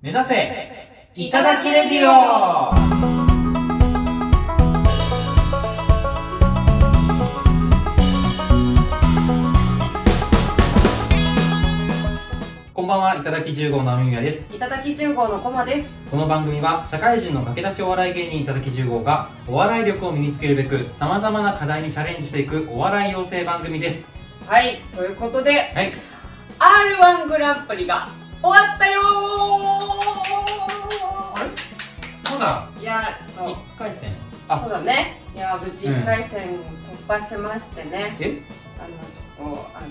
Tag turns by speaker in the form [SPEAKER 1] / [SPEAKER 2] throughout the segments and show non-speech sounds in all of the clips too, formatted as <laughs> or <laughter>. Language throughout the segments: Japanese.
[SPEAKER 1] 目指せいただきレディオこんばんは、いただき10号の雨宮です。
[SPEAKER 2] いただき10号のコマです。
[SPEAKER 1] この番組は、社会人の駆け出しお笑い芸人いただき10号が、お笑い力を身につけるべく、様々な課題にチャレンジしていくお笑い養成番組です。
[SPEAKER 2] はい、ということで、
[SPEAKER 1] はい。
[SPEAKER 2] R1 グランプリが終わったよ
[SPEAKER 1] まだ、
[SPEAKER 2] ーいやー、ちょっ
[SPEAKER 1] 1回戦。
[SPEAKER 2] と、
[SPEAKER 1] あ
[SPEAKER 2] そうだね。いやー、無事1回戦突破しましてね、
[SPEAKER 1] え
[SPEAKER 2] あの、ちょっと、あの、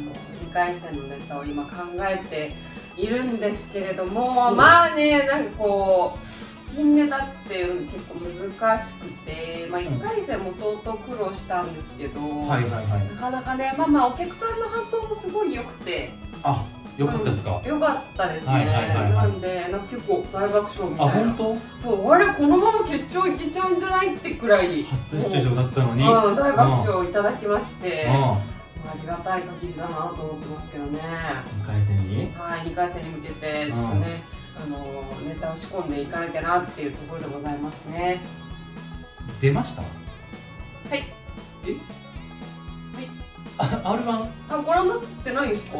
[SPEAKER 2] 2回戦のネタを今考えているんですけれども、
[SPEAKER 1] うん
[SPEAKER 2] まあね、なんかこう、ピンネタっていうの結構難しくて、まあ1回戦も相当苦労したんですけど、
[SPEAKER 1] はいはいはい。
[SPEAKER 2] なかなかね、まあまあお客さんの反応もすごい良くて
[SPEAKER 1] あ、よかったですか、
[SPEAKER 2] 良かったですね、
[SPEAKER 1] はいはいはいはい
[SPEAKER 2] なんでなんか結構大爆笑みた
[SPEAKER 1] あ、
[SPEAKER 2] い
[SPEAKER 1] 本
[SPEAKER 2] な
[SPEAKER 1] 当
[SPEAKER 2] そうあれこのまま決勝いけちゃうんじゃないってくらい
[SPEAKER 1] 初出場だったのに。うん。
[SPEAKER 2] うん、大爆笑いただきまして、まあ、
[SPEAKER 1] 2
[SPEAKER 2] ありがたい限りだなと思ってますけどね
[SPEAKER 1] 回戦に
[SPEAKER 2] はい2回戦に向けてちょっとね、あのネタを仕込んでいかなきゃなっていうところでございますね
[SPEAKER 1] 出ましたはいえはい
[SPEAKER 2] あご覧になってないんですか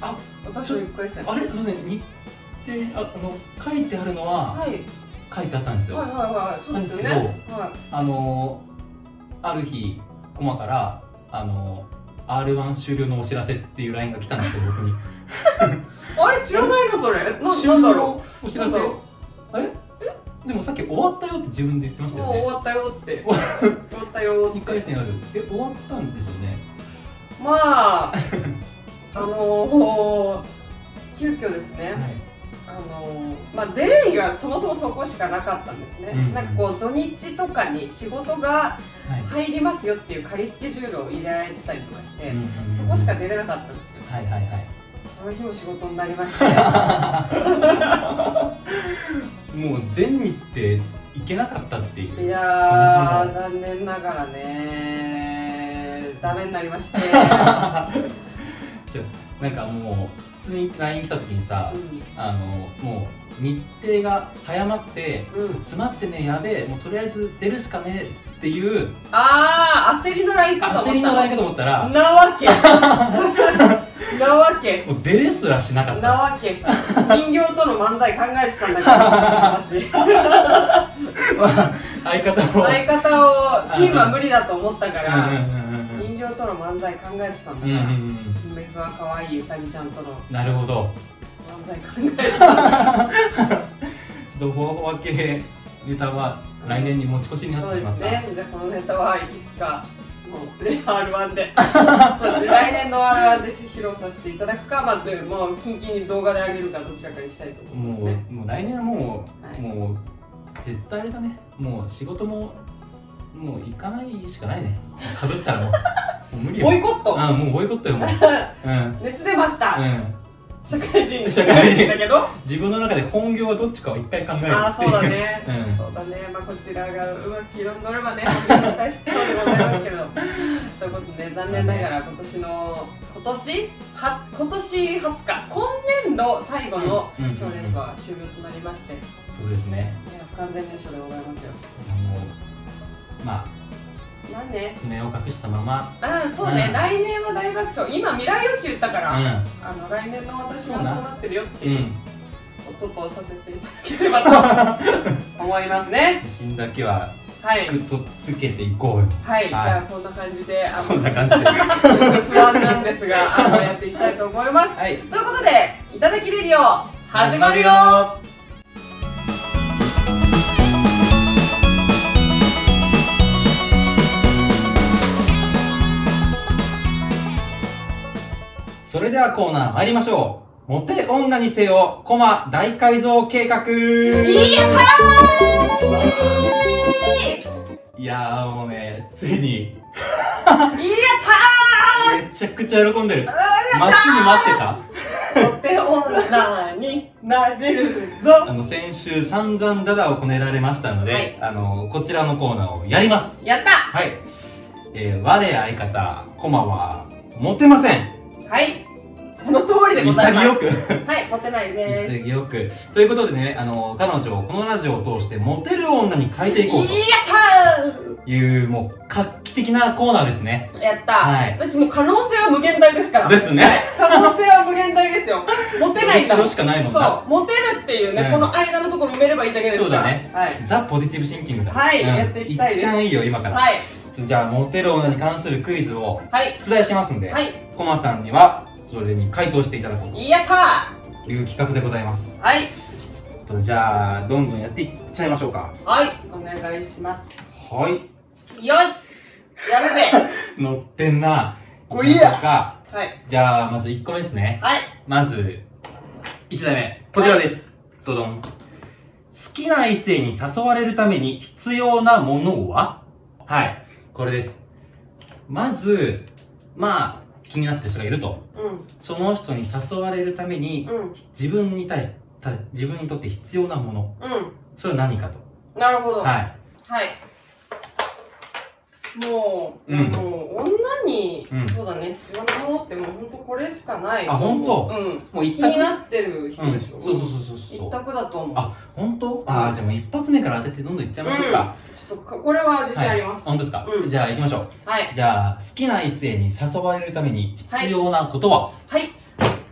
[SPEAKER 1] あ
[SPEAKER 2] 私の1回戦
[SPEAKER 1] R1 あれすみません日程ああの書いてあるのは
[SPEAKER 2] はい
[SPEAKER 1] 書いてあったんですよ、
[SPEAKER 2] はいはいはい、そうですよね。
[SPEAKER 1] なんです
[SPEAKER 2] は
[SPEAKER 1] あのーある日コマからあのー R1 終了のお知らせっていうラインが来たんですけど僕に
[SPEAKER 2] い、あれ知らないのそれ？ <laughs> な
[SPEAKER 1] 終
[SPEAKER 2] なんだろ
[SPEAKER 1] 了
[SPEAKER 2] う。
[SPEAKER 1] お知らせ
[SPEAKER 2] なんだろ
[SPEAKER 1] えでもさっき終わったよって自分で言ってましたよ
[SPEAKER 2] もう終
[SPEAKER 1] ね
[SPEAKER 2] わったよって。終わったよ
[SPEAKER 1] 2回戦あるえ終わったんですよね
[SPEAKER 2] まあ、あのー、急遽ですね。あのー、まあ出入りがそもそもそこしかなかったんですね。
[SPEAKER 1] うん
[SPEAKER 2] なんかこう土日とかに仕事が
[SPEAKER 1] はい、は
[SPEAKER 2] 入りますよっていう仮スケジュールを入れられてたりとかして、
[SPEAKER 1] いうんうんうん
[SPEAKER 2] そこしか出れなかったんですよ。
[SPEAKER 1] はいはいはい
[SPEAKER 2] その日も仕事になりまし
[SPEAKER 1] <laughs>
[SPEAKER 2] て。
[SPEAKER 1] もう全日って行けなかったっていう
[SPEAKER 2] いやー残念ながらねダメになりまし
[SPEAKER 1] <laughs>
[SPEAKER 2] てう
[SPEAKER 1] <laughs> ちょなんかもう普通に LINE 来た時にさ、
[SPEAKER 2] ん
[SPEAKER 1] あのもう日程が早まって
[SPEAKER 2] うん
[SPEAKER 1] 詰まってねやべえもうとりあえず出るしかねえっていう
[SPEAKER 2] ああ焦りのラインかと思った
[SPEAKER 1] 焦りの LINE かと思ったら
[SPEAKER 2] なわけ <laughs> なわけ
[SPEAKER 1] もう出れすらしなかっ
[SPEAKER 2] な
[SPEAKER 1] た
[SPEAKER 2] わけ人形との漫才考えてたんだけど私
[SPEAKER 1] 相方を
[SPEAKER 2] 相方をピンは無理だと思ったか
[SPEAKER 1] うん
[SPEAKER 2] ら
[SPEAKER 1] うんうんうん
[SPEAKER 2] 人形との漫才考えてたんだ
[SPEAKER 1] うんうんう
[SPEAKER 2] か
[SPEAKER 1] ん
[SPEAKER 2] らめふわかわいいうさぎちゃんとの
[SPEAKER 1] なるほど
[SPEAKER 2] 漫才考えてた
[SPEAKER 1] ちょっとほわほわ系ネタは来年に持ち越しにな
[SPEAKER 2] そ
[SPEAKER 1] っ
[SPEAKER 2] う
[SPEAKER 1] て
[SPEAKER 2] で
[SPEAKER 1] しますった、
[SPEAKER 2] ね。じゃあこのネタはいつかもうレア
[SPEAKER 1] <laughs>
[SPEAKER 2] R1 で、そうですね。来年の R1 で披露させていただくか、まあでもうキンキンに動画で上げるかどちらかにしたいと思います
[SPEAKER 1] も
[SPEAKER 2] ね。
[SPEAKER 1] うもう来年はもう、
[SPEAKER 2] はい
[SPEAKER 1] もう絶対あれだねもう仕事ももう行かないしかないねかぶったらもうも
[SPEAKER 2] <laughs>
[SPEAKER 1] う無理よ
[SPEAKER 2] ボイコット
[SPEAKER 1] あもうボイコットよ
[SPEAKER 2] <laughs>
[SPEAKER 1] もううん
[SPEAKER 2] 熱出ました。
[SPEAKER 1] うん、
[SPEAKER 2] 社会人
[SPEAKER 1] 社会人
[SPEAKER 2] だけど、あ
[SPEAKER 1] 自分の中で本業はどっちかを一回考える
[SPEAKER 2] あーそうだ
[SPEAKER 1] う
[SPEAKER 2] ね。
[SPEAKER 1] ん
[SPEAKER 2] そうだね。まあこちらがうまく軌道に乗ればね、発表したいところでございますけれど。そういうことね、残念ながら今年の今年は今年初か今年度最後の
[SPEAKER 1] うんうん
[SPEAKER 2] 賞レースは終了となりまして、
[SPEAKER 1] <laughs> そうですね
[SPEAKER 2] いや不完全燃焼でございますよ。
[SPEAKER 1] あのま
[SPEAKER 2] なん
[SPEAKER 1] あ
[SPEAKER 2] で？
[SPEAKER 1] 爪を隠したまま
[SPEAKER 2] うん、そうね、
[SPEAKER 1] うん
[SPEAKER 2] 来年は大爆笑。今未来予知言ったから、
[SPEAKER 1] う
[SPEAKER 2] あの来年の私
[SPEAKER 1] そう
[SPEAKER 2] はそう
[SPEAKER 1] な
[SPEAKER 2] なってるよって
[SPEAKER 1] ん、う、
[SPEAKER 2] いうん音をさせていただけれ <laughs> ばと思いますね。
[SPEAKER 1] 自信だけは
[SPEAKER 2] はい。
[SPEAKER 1] つくとつけていこうよ、 <laughs>
[SPEAKER 2] はい、じゃあこんな感じで、あの
[SPEAKER 1] こんな感じで
[SPEAKER 2] <laughs>
[SPEAKER 1] は
[SPEAKER 2] ちょっと不安なんですが、あのやっていきたいと思います。
[SPEAKER 1] い
[SPEAKER 2] ということで、いただきレディオ始まるよ。
[SPEAKER 1] それではコーナー参りましょう。モテ女にせよ、コマ大改造計画い
[SPEAKER 2] やった
[SPEAKER 1] やーもうね、ついに、
[SPEAKER 2] ーいや
[SPEAKER 1] めちゃくちゃ喜んでる。待ちに待ってた。
[SPEAKER 2] ったーモテ女になれるぞ
[SPEAKER 1] あの、先週散々ダダをこねられましたので、
[SPEAKER 2] はい
[SPEAKER 1] あの、こちらのコーナーをやります。
[SPEAKER 2] やった
[SPEAKER 1] はい。えー、我相方、コマは、モテません。
[SPEAKER 2] はいじゃその通りでございます
[SPEAKER 1] 潔く
[SPEAKER 2] はいモテないです
[SPEAKER 1] 潔くということでねあの彼女をこのラジオを通してモテる女に変えていこう
[SPEAKER 2] やった
[SPEAKER 1] というもう画期的なコーナーですね
[SPEAKER 2] ーやった、
[SPEAKER 1] はい
[SPEAKER 2] 私もう可能性は無限大ですから
[SPEAKER 1] ですね
[SPEAKER 2] 可能性は無限大
[SPEAKER 1] <laughs>
[SPEAKER 2] ですよモテないんだ
[SPEAKER 1] 後
[SPEAKER 2] も
[SPEAKER 1] ろ
[SPEAKER 2] ん
[SPEAKER 1] しかないもんな
[SPEAKER 2] そうモテるっていうね、
[SPEAKER 1] うん
[SPEAKER 2] この間のところ埋めればいいだけですか
[SPEAKER 1] そう
[SPEAKER 2] ら
[SPEAKER 1] だね
[SPEAKER 2] はい、
[SPEAKER 1] ザ・ポジティブシンキングだ
[SPEAKER 2] はい
[SPEAKER 1] うん
[SPEAKER 2] やっていきたいです
[SPEAKER 1] っちゃんいいよ今から
[SPEAKER 2] はい
[SPEAKER 1] じゃあモテる女に関するクイズを
[SPEAKER 2] はい
[SPEAKER 1] 出題しますんで、
[SPEAKER 2] はい
[SPEAKER 1] コマさんにはそれに回答していただこう
[SPEAKER 2] やった
[SPEAKER 1] という企画でございます
[SPEAKER 2] ーはい
[SPEAKER 1] とじゃあどんどんやっていっちゃいましょうか
[SPEAKER 2] はいお願いします
[SPEAKER 1] はい
[SPEAKER 2] よしやるぜ
[SPEAKER 1] 乗ってんな
[SPEAKER 2] こいや
[SPEAKER 1] か
[SPEAKER 2] <laughs> はい
[SPEAKER 1] じゃあまず1個目ですね
[SPEAKER 2] はい
[SPEAKER 1] まず1題目こちらです、どどん好きな異性に誘われるために必要なものははいこれですまずまあ気になってる人がいると
[SPEAKER 2] う
[SPEAKER 1] その人に誘われるために
[SPEAKER 2] んうん
[SPEAKER 1] 自分に対して自分にとって必要なもの
[SPEAKER 2] う
[SPEAKER 1] それは何かと
[SPEAKER 2] んなるほどはい、
[SPEAKER 1] はい
[SPEAKER 2] もう、
[SPEAKER 1] うん
[SPEAKER 2] もう女に、
[SPEAKER 1] うん
[SPEAKER 2] そうだね必要なものってもうほんとこれしかない
[SPEAKER 1] あほんと
[SPEAKER 2] 思ううん
[SPEAKER 1] もう一
[SPEAKER 2] 気
[SPEAKER 1] 択
[SPEAKER 2] になってる人でしょ、
[SPEAKER 1] うん、そうそうそうそうそう
[SPEAKER 2] 一択だと思う
[SPEAKER 1] あ本当ああじゃあもう一発目から当ててどんどんいっちゃいましょうか、
[SPEAKER 2] うん、ちょっとここれは自信あります、
[SPEAKER 1] 本当ですか、
[SPEAKER 2] うん
[SPEAKER 1] じゃあ行きましょう
[SPEAKER 2] はい。
[SPEAKER 1] じゃあ好きな異性に誘われるために必要なことは、
[SPEAKER 2] はい。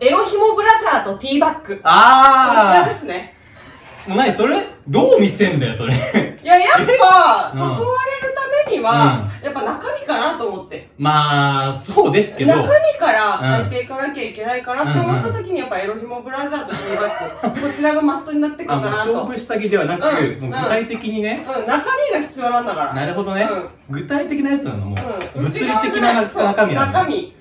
[SPEAKER 2] エロひもブラジャーとティーバッグ。こちらで
[SPEAKER 1] あ
[SPEAKER 2] すね。
[SPEAKER 1] あもう何それどう見せんだよそれ
[SPEAKER 2] いや、やっぱ、
[SPEAKER 1] うん
[SPEAKER 2] 誘われるためには、やっぱ中身かなと思って。
[SPEAKER 1] まあそうですけど
[SPEAKER 2] 中身から
[SPEAKER 1] うん
[SPEAKER 2] 変えていかなきゃいけないかなって思った時に、やっぱエロひもブラジャーとティーバッグ、こちらがマストになってくる
[SPEAKER 1] あ
[SPEAKER 2] か
[SPEAKER 1] もう
[SPEAKER 2] なと。
[SPEAKER 1] 勝
[SPEAKER 2] うん、
[SPEAKER 1] 負下着ではなく、
[SPEAKER 2] うん
[SPEAKER 1] もう具体的にね、
[SPEAKER 2] 中身が必要なんだから。
[SPEAKER 1] なるほどね、
[SPEAKER 2] うん
[SPEAKER 1] 具体的なやつなのもう、
[SPEAKER 2] うん。
[SPEAKER 1] 物理的
[SPEAKER 2] 内
[SPEAKER 1] な
[SPEAKER 2] 側じゃい
[SPEAKER 1] 中身な
[SPEAKER 2] そ
[SPEAKER 1] の
[SPEAKER 2] う中身。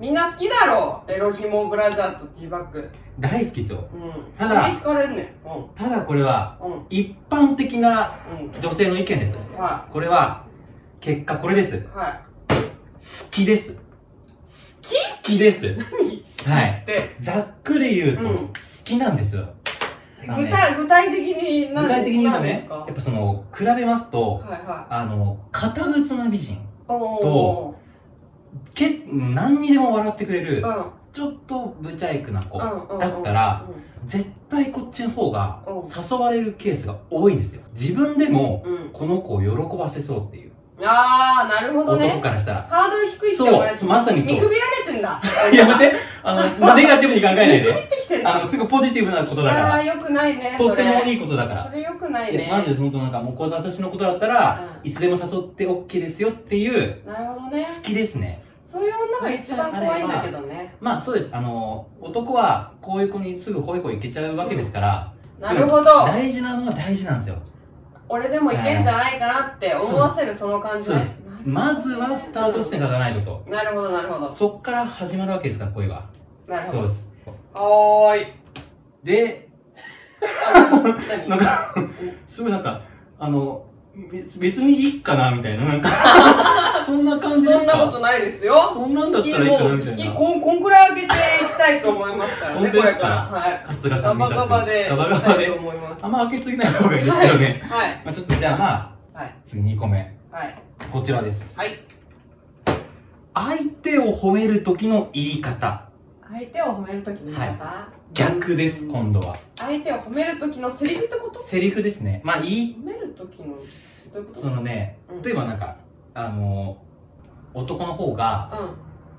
[SPEAKER 2] みんな好きだろう。エロひもブラジャーとティーバッグ。
[SPEAKER 1] 大好きですよ
[SPEAKER 2] うん。
[SPEAKER 1] ただ
[SPEAKER 2] これ惹かれんねん。うん。
[SPEAKER 1] ただこれは
[SPEAKER 2] うん。
[SPEAKER 1] 一般的な
[SPEAKER 2] う
[SPEAKER 1] 女性の意見です
[SPEAKER 2] ん。は
[SPEAKER 1] これは結果これです
[SPEAKER 2] い。はい。
[SPEAKER 1] 好きです好き好きです
[SPEAKER 2] 何
[SPEAKER 1] はい
[SPEAKER 2] で
[SPEAKER 1] ざっくり言うと、
[SPEAKER 2] うん
[SPEAKER 1] 好きなんですよあの
[SPEAKER 2] 具
[SPEAKER 1] ね
[SPEAKER 2] 体具体的に何
[SPEAKER 1] 具体的に言うと
[SPEAKER 2] 何で
[SPEAKER 1] ね
[SPEAKER 2] す、か
[SPEAKER 1] や
[SPEAKER 2] は
[SPEAKER 1] っぱその、比べますと、
[SPEAKER 2] いは
[SPEAKER 1] あの、堅物な美人、
[SPEAKER 2] い。おー
[SPEAKER 1] け何にでも笑ってくれる、
[SPEAKER 2] うん
[SPEAKER 1] ちょっとブチャイクな子、
[SPEAKER 2] うんうん
[SPEAKER 1] だったら、絶対こっちの方が
[SPEAKER 2] うん
[SPEAKER 1] 誘われるケースが多いんですよ。自分でも、
[SPEAKER 2] うんうん。
[SPEAKER 1] この子を喜ばせそうっていう、
[SPEAKER 2] あー、なるほど
[SPEAKER 1] 男
[SPEAKER 2] ね。
[SPEAKER 1] からしたら。 <laughs>
[SPEAKER 2] ハードル低いって言われて
[SPEAKER 1] そうまさにそう
[SPEAKER 2] 見くびられてんだ。
[SPEAKER 1] やめて、あ
[SPEAKER 2] <laughs>
[SPEAKER 1] の、まあネガティブに考えない
[SPEAKER 2] 見 <laughs>
[SPEAKER 1] で。
[SPEAKER 2] くびってきてるんだ。
[SPEAKER 1] あの、すごいポジティブなことだから。
[SPEAKER 2] いやー、よくないね。
[SPEAKER 1] と
[SPEAKER 2] そ
[SPEAKER 1] って
[SPEAKER 2] れ。
[SPEAKER 1] もいいことだから。
[SPEAKER 2] それよくない
[SPEAKER 1] い
[SPEAKER 2] ね
[SPEAKER 1] や。マジでそのとなんかもうこれ私のことだったら、
[SPEAKER 2] う
[SPEAKER 1] いつでも誘って OK ですよっていう
[SPEAKER 2] なるほど
[SPEAKER 1] 好
[SPEAKER 2] ね。
[SPEAKER 1] きですね
[SPEAKER 2] そういう女が一番怖いんだけどね。
[SPEAKER 1] まあそうですあの男はこういう子にすぐホイホイいけちゃうわけですから、
[SPEAKER 2] なるほど。
[SPEAKER 1] 大事なのは大事なんですよ
[SPEAKER 2] 俺でもいけんじゃないかなって思わせるその感じ
[SPEAKER 1] そう
[SPEAKER 2] ね
[SPEAKER 1] ですまずはスタート地点に立たないのと
[SPEAKER 2] なるほど、なるほど。
[SPEAKER 1] そっから始まるわけですから恋は
[SPEAKER 2] なるほ
[SPEAKER 1] そう
[SPEAKER 2] ど。
[SPEAKER 1] です
[SPEAKER 2] おーい。
[SPEAKER 1] で
[SPEAKER 2] 何
[SPEAKER 1] なんかすごいなんかあの別別にいいかなみたいななん
[SPEAKER 2] <laughs>
[SPEAKER 1] かそんな感じです
[SPEAKER 2] <laughs> そ
[SPEAKER 1] か
[SPEAKER 2] んなことないですよ。
[SPEAKER 1] そんなんだったらいいかなみたい
[SPEAKER 2] 好き
[SPEAKER 1] な
[SPEAKER 2] もう好きこんこんくらい上げていきたいと思いますからね、
[SPEAKER 1] 本当
[SPEAKER 2] こ
[SPEAKER 1] で
[SPEAKER 2] れ
[SPEAKER 1] す
[SPEAKER 2] か。
[SPEAKER 1] から
[SPEAKER 2] はい。
[SPEAKER 1] 春日さ
[SPEAKER 2] ガ
[SPEAKER 1] んみた
[SPEAKER 2] バ
[SPEAKER 1] く
[SPEAKER 2] ガバで
[SPEAKER 1] ガバガ
[SPEAKER 2] 行き
[SPEAKER 1] バ
[SPEAKER 2] たい
[SPEAKER 1] で
[SPEAKER 2] と思います。
[SPEAKER 1] あんま開けすぎない方がいいですけどね。
[SPEAKER 2] はい。
[SPEAKER 1] まあちょっとじゃあまあ、
[SPEAKER 2] はい。
[SPEAKER 1] 次2個目。
[SPEAKER 2] はい。
[SPEAKER 1] こちらです。
[SPEAKER 2] はい。
[SPEAKER 1] 相手を褒める時の言い方。
[SPEAKER 2] 相手を褒めるときの言い方
[SPEAKER 1] 逆です、
[SPEAKER 2] うん
[SPEAKER 1] 今度は。
[SPEAKER 2] 相手を褒めるときのセリフってこと
[SPEAKER 1] セリフですね。まあいい、
[SPEAKER 2] 褒めるときの、どういうこと
[SPEAKER 1] そのね、
[SPEAKER 2] うん
[SPEAKER 1] 例えばなんか、あの、男の方が、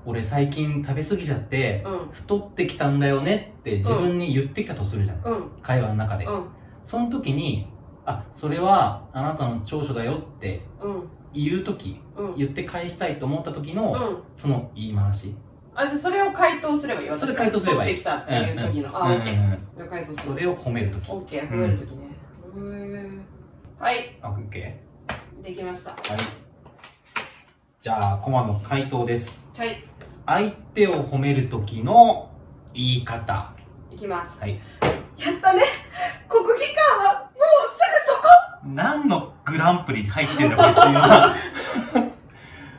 [SPEAKER 2] う
[SPEAKER 1] 俺最近食べ過ぎちゃって、
[SPEAKER 2] ん。うん。
[SPEAKER 1] 太ってきたんだよねって自分に言ってきたとするじゃん。
[SPEAKER 2] うん。
[SPEAKER 1] 会話の中で。
[SPEAKER 2] うん。
[SPEAKER 1] その時に、あ、それはあなたの長所だよって
[SPEAKER 2] うん。
[SPEAKER 1] 言う時、
[SPEAKER 2] うん。
[SPEAKER 1] 言って返したいと思った時の、
[SPEAKER 2] うん。
[SPEAKER 1] その言い回し。
[SPEAKER 2] あ、じゃあそれを回答すればいいよ。
[SPEAKER 1] それ回答すればいい
[SPEAKER 2] 私が取ってきたっていう時の。あ、オッケ
[SPEAKER 1] うんう
[SPEAKER 2] ー。
[SPEAKER 1] んうん
[SPEAKER 2] じゃあ回答す
[SPEAKER 1] そ
[SPEAKER 2] る。
[SPEAKER 1] れを褒めるとき。
[SPEAKER 2] オッケー、褒めるときね。うーんはい。
[SPEAKER 1] あ、OK。はい。
[SPEAKER 2] できました。
[SPEAKER 1] じゃあ、コマの回答です。
[SPEAKER 2] はい。
[SPEAKER 1] 相手を褒めるときの言い方。
[SPEAKER 2] いきます。
[SPEAKER 1] はい。
[SPEAKER 2] やったね国技館はもうすぐそこ
[SPEAKER 1] 何のグランプリ入ってんだ、こいつ今。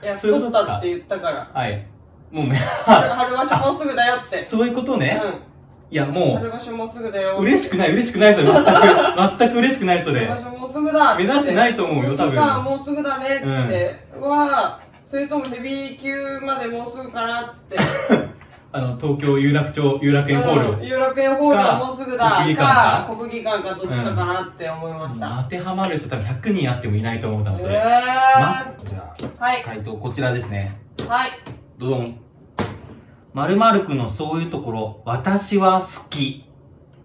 [SPEAKER 2] いや、
[SPEAKER 1] そういうことです
[SPEAKER 2] 太っ
[SPEAKER 1] か
[SPEAKER 2] たって言ったから。
[SPEAKER 1] はい。もうね、
[SPEAKER 2] 春春場所もうすぐだよって。
[SPEAKER 1] そういうことね。いや、
[SPEAKER 2] うん。
[SPEAKER 1] も
[SPEAKER 2] 春場所もうすぐだよ。
[SPEAKER 1] う、嬉しくない、嬉しくない、それ。全く、全く嬉しくない、そ
[SPEAKER 2] 春
[SPEAKER 1] れ
[SPEAKER 2] 場。所もうすぐだっつって。
[SPEAKER 1] 目指してないと思うよ、多
[SPEAKER 2] 国技
[SPEAKER 1] 分。
[SPEAKER 2] 館もうすぐだねっつって。うわぁ、それともヘビー級までもうすぐかなっつって。
[SPEAKER 1] あの、東京有楽町、有楽園ホールを
[SPEAKER 2] うん、有楽園ホールはもうすぐだ
[SPEAKER 1] 国技館
[SPEAKER 2] か
[SPEAKER 1] か
[SPEAKER 2] 国技館かどっちかかなって思いました、
[SPEAKER 1] 当てはまる人多分100人あってもいないと思ったの、そ
[SPEAKER 2] え
[SPEAKER 1] れ。ま
[SPEAKER 2] ー、
[SPEAKER 1] じゃ
[SPEAKER 2] は
[SPEAKER 1] あ、
[SPEAKER 2] い
[SPEAKER 1] 回答こちらですね。
[SPEAKER 2] はい
[SPEAKER 1] どどん。まるまるくんのそういうところ、私は好き。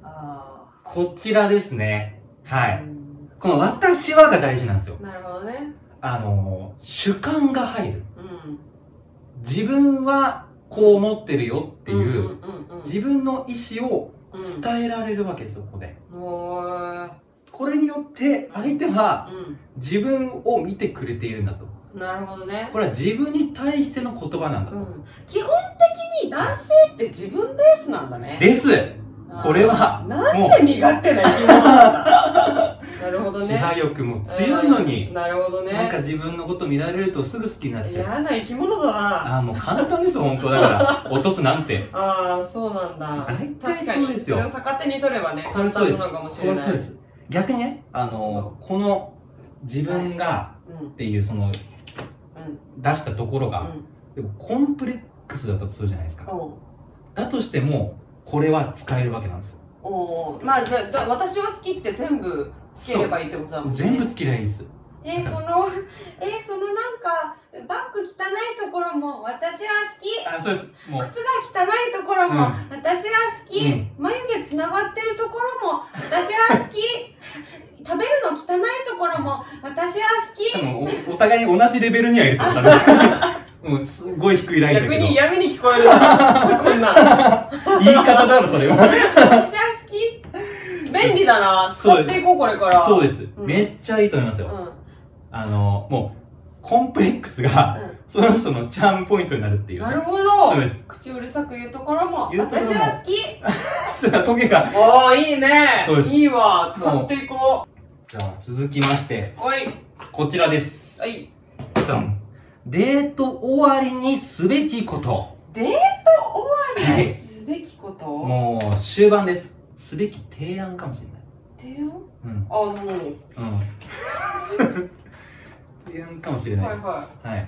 [SPEAKER 2] あ
[SPEAKER 1] こちらですね。は
[SPEAKER 2] ー
[SPEAKER 1] い。
[SPEAKER 2] うん
[SPEAKER 1] この私はが大事なんですよ。
[SPEAKER 2] なるほどね
[SPEAKER 1] あのー、主観が入る。
[SPEAKER 2] うん
[SPEAKER 1] 自分はこう思ってるよっていう、
[SPEAKER 2] んうんうん
[SPEAKER 1] 自分の意思を
[SPEAKER 2] うん
[SPEAKER 1] 伝えられるわけですよ、ここで。
[SPEAKER 2] おー
[SPEAKER 1] これによって相手は
[SPEAKER 2] う
[SPEAKER 1] 自分を見てくれているんだと。
[SPEAKER 2] んなるほどね
[SPEAKER 1] これは自分に対しての言葉なんだ
[SPEAKER 2] う
[SPEAKER 1] と。
[SPEAKER 2] ん基本的に男性って自分ベースなんだね
[SPEAKER 1] です
[SPEAKER 2] あー
[SPEAKER 1] これは
[SPEAKER 2] なん
[SPEAKER 1] も
[SPEAKER 2] て身勝手な生き物な
[SPEAKER 1] <laughs>
[SPEAKER 2] んだなるほど
[SPEAKER 1] う支
[SPEAKER 2] ね
[SPEAKER 1] 配欲も強いの
[SPEAKER 2] う
[SPEAKER 1] に
[SPEAKER 2] ん、なるほどね
[SPEAKER 1] なんか自分のこと見られるとすぐ好きになっちゃう。
[SPEAKER 2] 嫌な生き物だな
[SPEAKER 1] ああ、もう簡単ですよ、本当だ
[SPEAKER 2] <laughs>
[SPEAKER 1] から。落とすなんて。
[SPEAKER 2] ああそうなんだ
[SPEAKER 1] 大体
[SPEAKER 2] 確かに
[SPEAKER 1] そうですよ
[SPEAKER 2] れを逆手に取ればね
[SPEAKER 1] こ
[SPEAKER 2] 簡
[SPEAKER 1] れそう
[SPEAKER 2] 単
[SPEAKER 1] です
[SPEAKER 2] なのかもし
[SPEAKER 1] こ
[SPEAKER 2] れ
[SPEAKER 1] れ
[SPEAKER 2] ない
[SPEAKER 1] そうです。逆にね、あの、この自分が
[SPEAKER 2] うんうん
[SPEAKER 1] っていう、その、
[SPEAKER 2] うん
[SPEAKER 1] 出したところが、でもコンプレックスだったとするじゃないですか。
[SPEAKER 2] おう
[SPEAKER 1] だとしても、これは使えるわけなんですよ。
[SPEAKER 2] おうまあじゃだ私は好きって全部つければいいってことだもんね
[SPEAKER 1] 全部つきりゃいいです。
[SPEAKER 2] えー、その <laughs> えー、そのなんかバッグ汚いところも私は好き
[SPEAKER 1] あ、そうです。もう、
[SPEAKER 2] 靴が汚いところも、
[SPEAKER 1] うん
[SPEAKER 2] 私は好き、
[SPEAKER 1] うん
[SPEAKER 2] 眉毛つながってるところも私は好き <laughs> 食べるの汚いところも私は
[SPEAKER 1] 多
[SPEAKER 2] 好き
[SPEAKER 1] 分お、お互いに同じレベルにはいると思ったね。 <laughs> うん、すごい低いラインだ
[SPEAKER 2] 逆
[SPEAKER 1] けど。
[SPEAKER 2] に
[SPEAKER 1] 言い
[SPEAKER 2] 嫌味に聞こえる
[SPEAKER 1] <laughs>
[SPEAKER 2] なこんなん
[SPEAKER 1] 方だろ、それは。
[SPEAKER 2] 私は好
[SPEAKER 1] <laughs>
[SPEAKER 2] き便利だな使
[SPEAKER 1] そう
[SPEAKER 2] っていこうこれか
[SPEAKER 1] <laughs>
[SPEAKER 2] ら
[SPEAKER 1] そう
[SPEAKER 2] で
[SPEAKER 1] です、
[SPEAKER 2] うん
[SPEAKER 1] めっちゃいいと思います
[SPEAKER 2] う
[SPEAKER 1] よ。
[SPEAKER 2] ん、うん、
[SPEAKER 1] あの、もう、コンプレックスが、その人のチャームポイントになるっていう、
[SPEAKER 2] なるほ
[SPEAKER 1] そう
[SPEAKER 2] ど
[SPEAKER 1] です。
[SPEAKER 2] 口うるさく言うところも
[SPEAKER 1] 言うところも
[SPEAKER 2] 私は好き
[SPEAKER 1] ちょっとトゲが。
[SPEAKER 2] おーいいね
[SPEAKER 1] そうです
[SPEAKER 2] いいわ使っていこ
[SPEAKER 1] じゃあ、続きまして、
[SPEAKER 2] うおい
[SPEAKER 1] こちらです。
[SPEAKER 2] おい
[SPEAKER 1] ドンデート終わりにすべきこと。
[SPEAKER 2] デート終わりにすべきこと、
[SPEAKER 1] もう、終盤です。すべき提案かもしれない。
[SPEAKER 2] 提案
[SPEAKER 1] うん
[SPEAKER 2] あ、もう。
[SPEAKER 1] うん。 <laughs> 提案かもしれない
[SPEAKER 2] はい
[SPEAKER 1] です。
[SPEAKER 2] は
[SPEAKER 1] はい。
[SPEAKER 2] い。